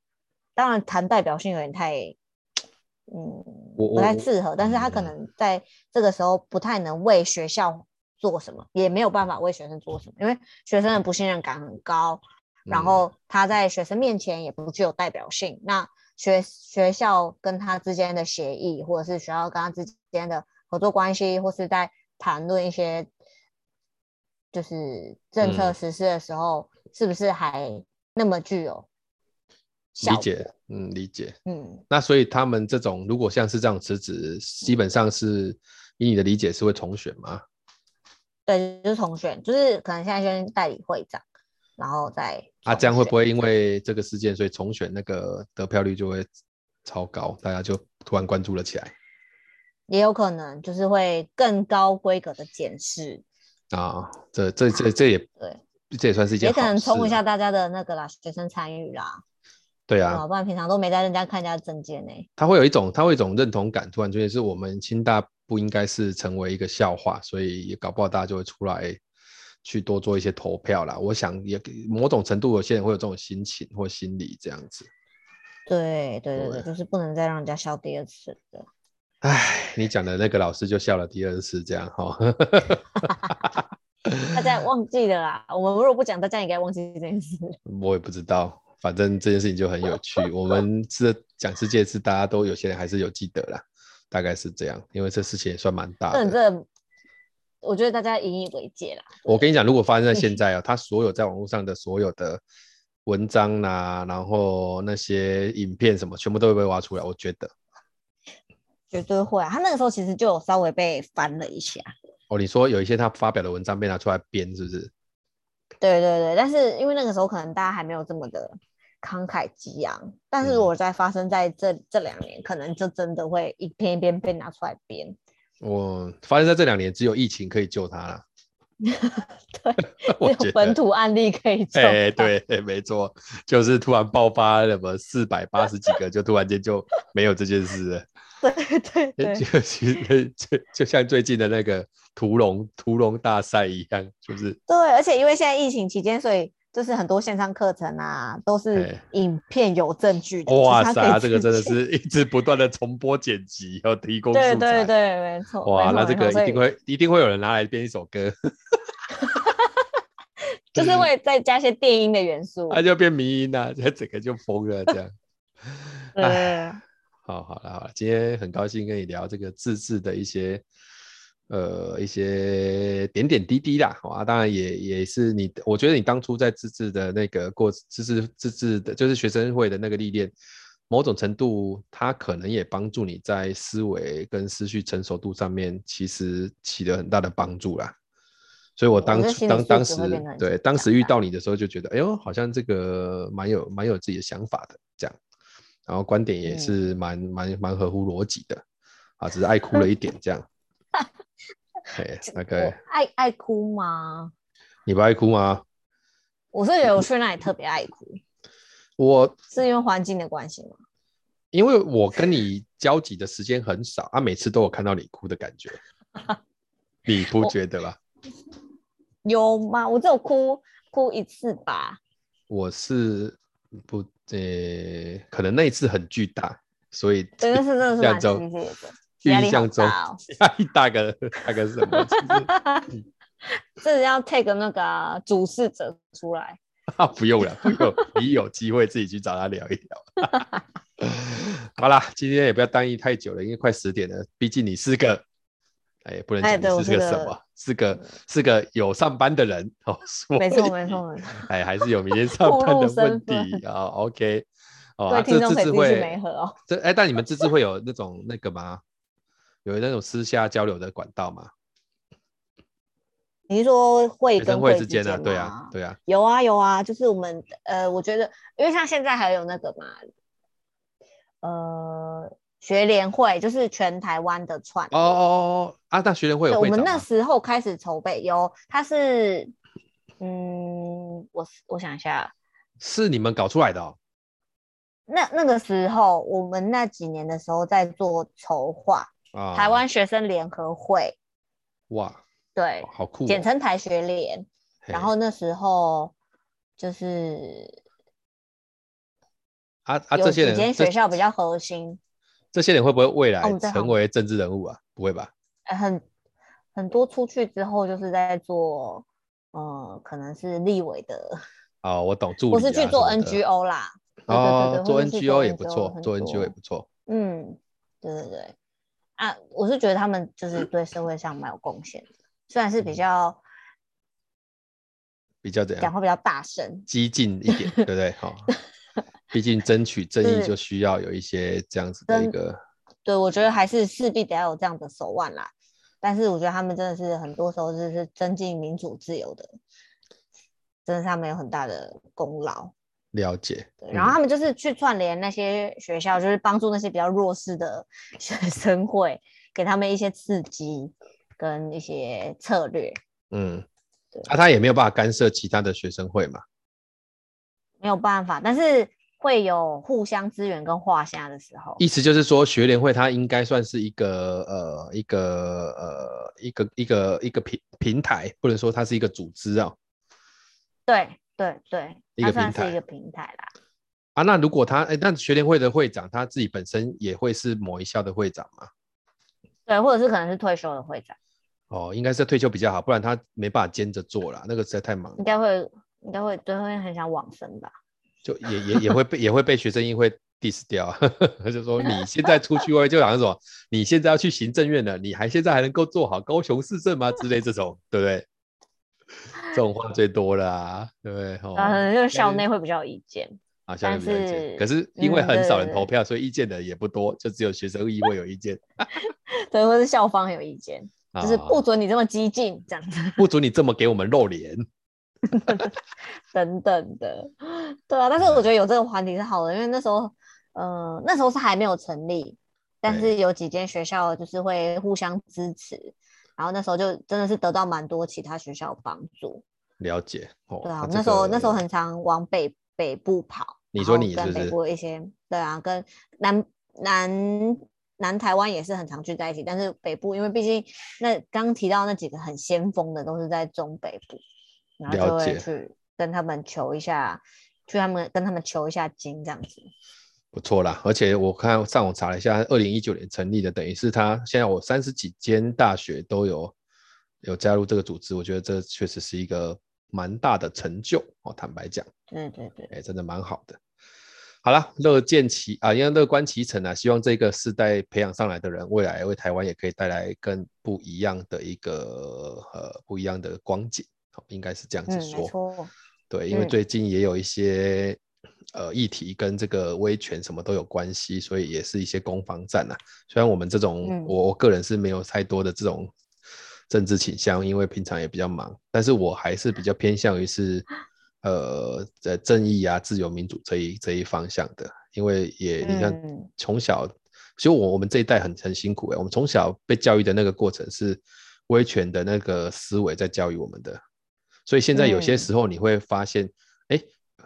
B: 当然谈代表性有点太，嗯，
A: 我
B: 不
A: 我
B: 太
A: 我
B: 适合，但是他可
A: 嗯
B: 能在这个时候不太能为学校做什么，也没有办法为学生做什么，因为学生的不信任感很高，然
A: 嗯
B: 后他在学生面前也不具有代表性。那学学校跟他之间的协议，或者是学校跟他之间的合作关系，或是在谈论一些就是政策
A: 嗯
B: 实施的时候，是不是还那么具有效
A: 理
B: 果？
A: 解，嗯，理解。
B: 嗯，
A: 那所以他们这种如果像是这样辞职，基本上是以你的理解是会重选吗？
B: 对，就是重选，就是可能现在先代理会长，然后再
A: 啊，这样会不
B: 会
A: 会因为这个事件，所以重选那个得票率就会超高，大家就突然关注了起来
B: 也有可能就是会更高规格的检视，
A: 啊？这这这这也
B: 对，
A: 这也算是一件
B: 也
A: 好
B: 可
A: 事、啊。
B: 能冲一下大家的那个啦，学生参与啦，
A: 对
B: 对
A: 啊
B: 吧，不然平常都没在人家看人家的证件呢。
A: 他会有一种他会有一种认同感，突然出现，是我们清大不应该是成为一个笑话，所以也搞不好大家就会出来去多做一些投票啦。我想也某种程度有些人会有这种心情或心理这样子。
B: 对对对
A: 对
B: 对，就是不能再让人家笑第二次的。
A: 唉，你讲的那个老师就笑了第二次，这样哈、
B: 大家也忘记了啦，我们如果不讲，大家也应该忘记这件事。
A: 我也不知道，反正这件事情就很有趣。我们这讲世界是大家都有些人还是有记得啦，大概是这样，因为这事情也算蛮大的。
B: 那你这个，我觉得大家引以为戒啦。
A: 我跟你讲，如果发生在现 在啊，他所有在网络上的所有的文章啊，然后那些影片什么，全部都会被挖出来。我觉得，
B: 绝对会啊！他那个时候其实就有稍微被翻了一下，
A: 哦，你说有一些他发表的文章被拿出来编，是不是？
B: 对对对，但是因为那个时候可能大家还没有这么的慷慨激昂，但是
A: 嗯
B: 如果在发生在这这两年，可能就真的会一篇一篇被拿出来编。
A: 我发现在这两年只有疫情可以救他了。
B: 对，
A: 我
B: 只
A: 觉
B: 有本
A: 得。
B: 土案例可 以做。
A: 哎、对，哎没错，就是突然爆发了什么四百八十几个，就突然间就没有这件事了。
B: 对对
A: 哎
B: 对，
A: 就 其实就就像最近的那个屠龙屠龙大赛一样， 就是
B: 对，而且因为现在疫情期间，所以就是很多线上课程啊，都是
A: 哎
B: 影片有证据的。就是
A: 哇
B: 它可以
A: 塞，这个
B: 去
A: 真的
B: 检。
A: 是一直不断的重播剪辑，要提供素材。
B: 对对对，没错。
A: 哇，
B: 没
A: 那
B: 错
A: 这
B: 没错
A: 个
B: 所
A: 一定
B: 以
A: 会一定会有人拿来编一首歌， 嗯
B: 就是会再加一些电音的元素。
A: 那就变迷音啦，这整个就疯了这样。
B: 对对
A: 哎，
B: 对
A: 好，好了，好了，今天很高兴跟你聊这个自治的一些呃一些点点滴滴啦，好啊，当然也也是你，我觉得你当初在自治的那个过自治自治的，就是学生会的那个历练，某种程度它可能也帮助你在思维跟思绪成熟度上面，其实起了很大的帮助啦。所以我
B: 我
A: 当
B: 觉得
A: 初
B: 哦心理
A: 当
B: 素
A: 当
B: 质
A: 时
B: 会变得很
A: 对
B: 强
A: 当时遇
B: 大
A: 到你的时候就觉得，哎呦，好像这个蛮有蛮有自己的想法的这样，然后观点也
B: 嗯
A: 是蛮、蛮蛮合乎逻辑的啊，只是爱哭了一点这 样。哎，大
B: 我
A: 概
B: 爱爱哭吗？
A: 你不爱哭吗？
B: 我是觉得我去那里特别爱哭，
A: 我
B: 是因为环境的关系吗？
A: 因为我跟你交集的时间很少啊，每次都有看到你哭的感 觉，你不觉得吧？
B: 有吗？我只有哭哭一次吧。
A: 我是不呃、可能那一次很巨大，所以
B: 对，那次真的 是
A: 象
B: 蛮
A: 中
B: 激烈的，压
A: 印
B: 力好
A: 象中
B: 大哦。
A: 压力大个大个什么？就是
B: 这要 take 那个啊主事者 出来。
A: 啊，不用了，不用，你有机会自己去找他聊一聊。 好啦，今天也不要单一太久了，因为快十点了，毕竟你是个，哎，不能
B: 哎
A: 讲
B: 对
A: 你
B: 我
A: 是
B: 是
A: 个什
B: 个
A: 么，是个是个有上班的人哦，所
B: 没错
A: 以
B: 没错没错，
A: 哎，还是有明天上
B: 暴
A: 班的
B: 露
A: 问
B: 身份
A: 题啊、OK，哦，
B: 各
A: 啊
B: 位听
A: 这
B: 众可
A: 自
B: 以
A: 治
B: 自己去梅
A: 会，
B: 河哦。
A: 这哎，但你们自治会有那种那个吗？有那种私下交流的管道吗？
B: 你是说会
A: 学
B: 跟
A: 生会
B: 之
A: 间
B: 间
A: 啊，对啊
B: 吗，
A: 对啊，
B: 有啊有啊，就是我们呃，我觉得因为像现在还有那个嘛，呃，学联会就是全台湾的串
A: 哦
B: 联
A: 哦哦哦，啊，大学联会
B: 对，
A: 有
B: 我
A: 会长
B: 们
A: 吗？
B: 那时候开始筹备，有他是，嗯，我是我想一下，
A: 是你们搞出来的哦。
B: 那那个时候我们那几年的时候在做筹划，
A: 啊，
B: 台湾学生联合会，
A: 哇，
B: 对，
A: 好酷哦、
B: 简称台学联。
A: 嘿
B: 然后那时候就是
A: 啊啊，
B: 有
A: 这些
B: 几
A: 人
B: 间
A: 啊这
B: 学校比较核心，
A: 这些人会不会未来
B: 哦我们在
A: 成
B: 旁
A: 为政治人物啊？不会吧？
B: 呃很很多出去之后就是在做，呃，可能是立委的，
A: 哦，我懂助理、啊，
B: 我是去做
A: 什么的
B: NGO 啦，对对对
A: 哦
B: 对，
A: 做
B: 或者是
A: NGO 也不
B: NGO
A: 错，
B: 很
A: 做 NGO 也
B: 多
A: 不错。
B: 嗯，对对对，啊，我是觉得他们就是对社会上蛮有贡献的，虽然是
A: 嗯
B: 比较
A: 比较怎
B: 讲
A: 样
B: 话比较大声，
A: 激进一点，对不对？ 好、毕竟争取正义
B: 是
A: 就需要有一些这样子的一
B: 真
A: 个
B: 对我觉得还是势必得要有这样的手腕啦。但是我觉得他们真的是很多时候就是增进民主自由的，真的是他们有很大的功劳。
A: 了解。
B: 对，然后他们就是去串联那些学校，就是帮助那些比较弱势的学生会，给他们一些刺激跟一些策略。
A: 嗯，
B: 对
A: 那、他也没有办法干涉其他的学生会嘛？
B: 没有办法，但是会有互相支援跟画下的时候。
A: 意思就是说，学联会它应该算是一个呃一个呃一个一个一个平平台，不能说它是一个组织啊、
B: 对对对，
A: 一
B: 它
A: 个
B: 算
A: 平
B: 是一
A: 台
B: 个平台啦。
A: 啊。那如果他哎，那学联会的会长他自己本身也会是某一校的会长嘛？
B: 对，或者是可能是退休的会长，
A: 哦，应该是退休比较好，不然他没办法兼着做啦，那个实在太忙了
B: 应，该会应该会对会很想往生吧。
A: 就也也也会被也会被学生议会 diss 掉 啊，就说你现在出去外就好像什么，你现在要去行政院了，你还现在还能够做好高雄市政吗之类这种，对不对？这种话最多了啊，对不对？哦
B: 然后可能就是校
A: 该
B: 内会比较有意见，
A: 啊，下面
B: 但
A: 比较意见。
B: 是
A: 可是因为
B: 嗯
A: 很少
B: 对
A: 人
B: 对
A: 投
B: 对
A: 票，所以意见的也不多，就只有学生议会有意见，
B: 对，或是校方有意见，
A: 啊
B: 就是不准你这么激进这样子
A: 不准你这么给我们露脸。
B: 等等的。对啊，但是我觉得有这个环境是好的，因为那时候，呃，那时候是还没有成立，但
A: 对
B: 是有几间学校就是会互相支持。然后那时候就真的是得到蛮多其他学校的帮助，
A: 了解哦，
B: 对啊，
A: 这
B: 那时候那时候
A: 个
B: 很常往北北部跑。
A: 你
B: 然
A: 说
B: 后
A: 你是
B: 跟
A: 不
B: 北
A: 是
B: 部一些对啊，跟南南南台湾也是很常聚在一起，但是北部因为毕竟那刚提到那几个很先锋的都是在中北部，然后
A: 了
B: 就会
A: 解
B: 去跟他们求一下，去他们跟他们求一下经这样子。
A: 不错啦，而且我看上网查了一下，二零一九年成立的，等于是他现在我三十几间大学都有有加入这个组织，我觉得这确实是一个蛮大的成就哦。坦白讲，
B: 对对对，
A: 哎，真的蛮好的。好啦，乐见其啊，因为乐观其成啊，希望这个世代培养上来的人，未来为台湾也可以带来更不一样的一个呃不一样的光景，好，应该是这样子
B: 嗯，
A: 说。
B: 没错，
A: 对，因为
B: 嗯
A: 最近也有一些、呃议题跟这个威权什么都有关系，所以也是一些攻防战啊。虽然我们这种，
B: 嗯
A: 我我个人是没有太多的这种政治倾向，因为平常也比较忙，但是我还是比较偏向于是呃呃正义啊、自由民主这一这一方向的，因为也你看
B: 嗯
A: 从小，其实我我们这一代很很辛苦诶、我们从小被教育的那个过程是威权的那个思维在教育我们的，所以现在有些
B: 嗯
A: 时候你会发现，哎、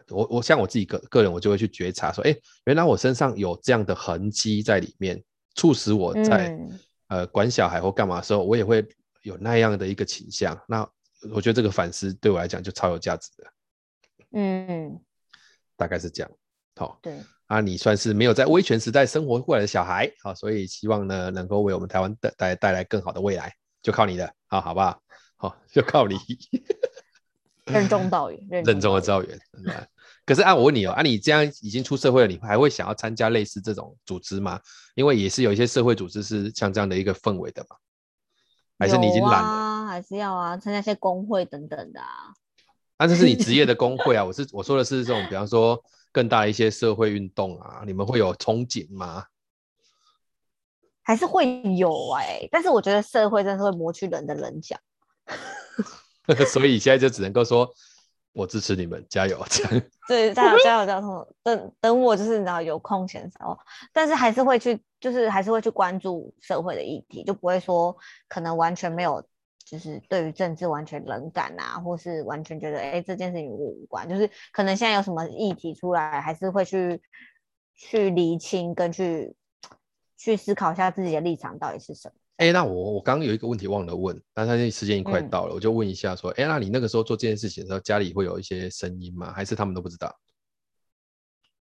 A: 我我像我自己个个人，我就会去觉察说，哎、原来我身上有这样的痕迹在里面，促使我在、
B: 嗯
A: 呃管小孩或干嘛的时候，我也会有那样的一个倾向。那我觉得这个反思对我来讲就超有价值的，
B: 嗯，
A: 大概是这样。好、
B: 对，
A: 啊，你算是没有在威权时代生活过来的小孩，好、所以希望呢能够为我们台湾带带带来更好的未来，就靠你了，好好不好？好、就靠你
B: 任重道远，任
A: 任重的
B: 道
A: 造远。真的可是啊，我问你哦，啊，你这样已经出社会了，你还会想要参加类似这种组织吗？因为也是有一些社会组织是像这样的一个氛围的嘛，还是你已经
B: 有
A: 懒了？
B: 啊，还是要啊，参加一些工会等等的啊。
A: 啊，这是你职业的工会啊，我是我说的是这种，比方说更大的一些社会运动啊，你们会有憧憬吗？
B: 还是会有哎、但是我觉得社会真的是会磨去人的棱角。
A: 所以现在就只能够说，我支持你们，加油！ 这样
B: 对，加油加油加油！同等等我就是你知道有空闲的时候，但是还是会去，就是还是会去关注社会的议题，就不会说可能完全没有，就是对于政治完全冷感啊，或是完全觉得哎、诶这件事情与我无关，就是可能现在有什么议题出来，还是会去去厘清跟去去思考一下自己的立场到底是什么。
A: 哎、那我我刚刚有一个问题忘了问，但是时间已经快
B: 嗯
A: 到了，我就问一下说，哎、那你那个时候做这件事情的时候，家里会有一些声音吗？还是他们都不知道？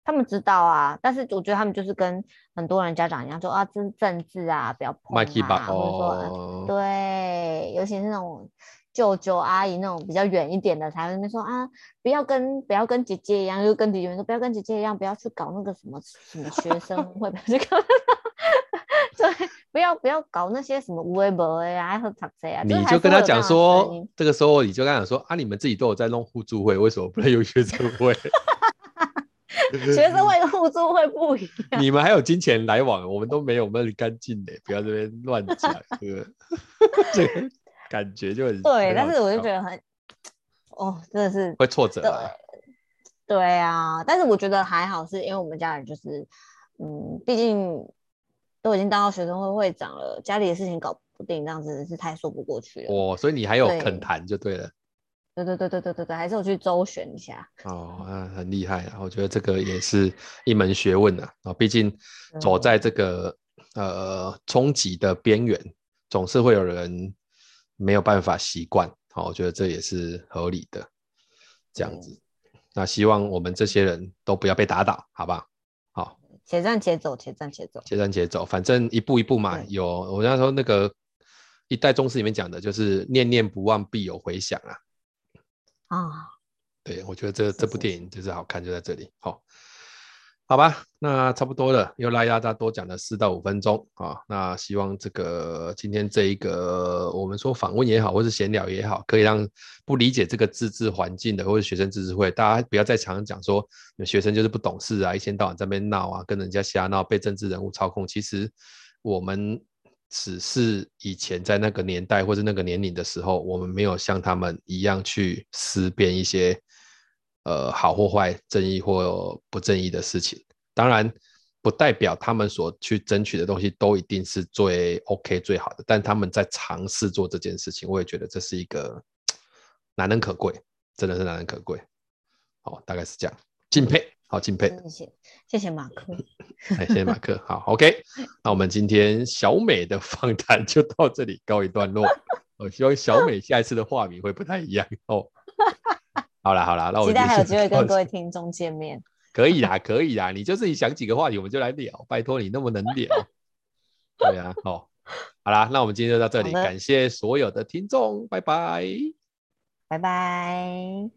B: 他们知道啊，但是我觉得他们就是跟很多人家长一样，说啊这是政治啊，不要碰
A: 麦基
B: 啊，
A: 吧，
B: 或者说、啊
A: 哦，
C: 对，尤其是那种
B: 舅舅阿姨那种比较远一点的，才会在那边说啊，不要跟不要跟姐姐一样，又跟弟弟们说不要跟姐姐一样，不要去搞那个什么什么学生会，不要去搞， 对，不要不要搞那些什么无为不为啊，和吵架啊，
A: 你
B: 是还
A: 就跟他
B: 是会有这
A: 讲
B: 样的声
A: 说
B: 音，
A: 这个时候你就跟他讲说啊，你们自己都有在弄互助会，为什么不能有学生会？
B: 学生会跟互助会不
A: 嗯
B: 一 样，
A: 你们还有金钱来往，我们都没有，我们很干净的，不要这边乱讲，这个 这个感觉就很
B: 对，但是我就
A: 得。
B: 觉得很，哦，真的是
A: 会挫折啊，
B: 对啊，但是我觉得还好，是因为我们家人就是，嗯，毕竟都已经当到学生会会长了，家里的事情搞不定，这样子是太说不过去了。
A: 哦，所以你还有
B: 对
A: 肯谈就对了，
B: 对对对对对对对，还是我去周旋一下。
A: 哦，那很厉害啊，我觉得这个也是一门学问啊，啊，毕竟走
B: 嗯
A: 在这个呃冲击的边缘，总是会有人没有办法习惯，好、我觉得这也是合理的，这样子，
B: 嗯
A: 那希望我们这些人都不要被打倒，好不好？好，
B: 且战且走，且战且走。
A: 且战且走，反正一步一步嘛
B: 对。
A: 有我那时候那个一代宗师里面讲的，就是念念不忘必有回响啊。
B: 啊，
A: 对，我觉得这
B: 是
A: 这部
B: 是
A: 电影就是好看，就在这里。好、好吧，那差不多了，又拉大家多讲了四到五分钟啊、那希望这个今天这一个我们说访问也好，或是闲聊也好，可以让不理解这个自治环境的，或者学生自治会，大家不要再常常讲说你们学生就是不懂事啊，一天到晚在那边闹啊，跟人家瞎闹，被政治人物操控。其实我们只是以前在那个年代或者那个年龄的时候，我们没有像他们一样去思辨一些呃好或坏、正义或不正义的事情。当然，不代表他们所去争取的东西都一定是最 OK 最好的，但他们在尝试做这件事情，我也觉得这是一个难能可贵，真的是难能可贵。好，大概是这样，敬佩，好敬佩。
B: 谢谢谢谢马克，
A: 哎，谢谢马克。好，OK，那我 们今天小美的访谈就到这里告一段落。我希望小美下一次的化名会不太一样哦。好啦好啦，那我们
B: 期待
A: 就
B: 还有
A: 先
B: 机会
A: 到
B: 跟
A: 这
B: 各位听众见面。
A: 可以啦，可以啦，你就自己想几个话题，我们就来聊。拜托你那么能聊，对啊，哦，好啦，那我们今天就到这里，
B: 好的
A: 感谢所有的听众，拜拜。
B: 拜拜。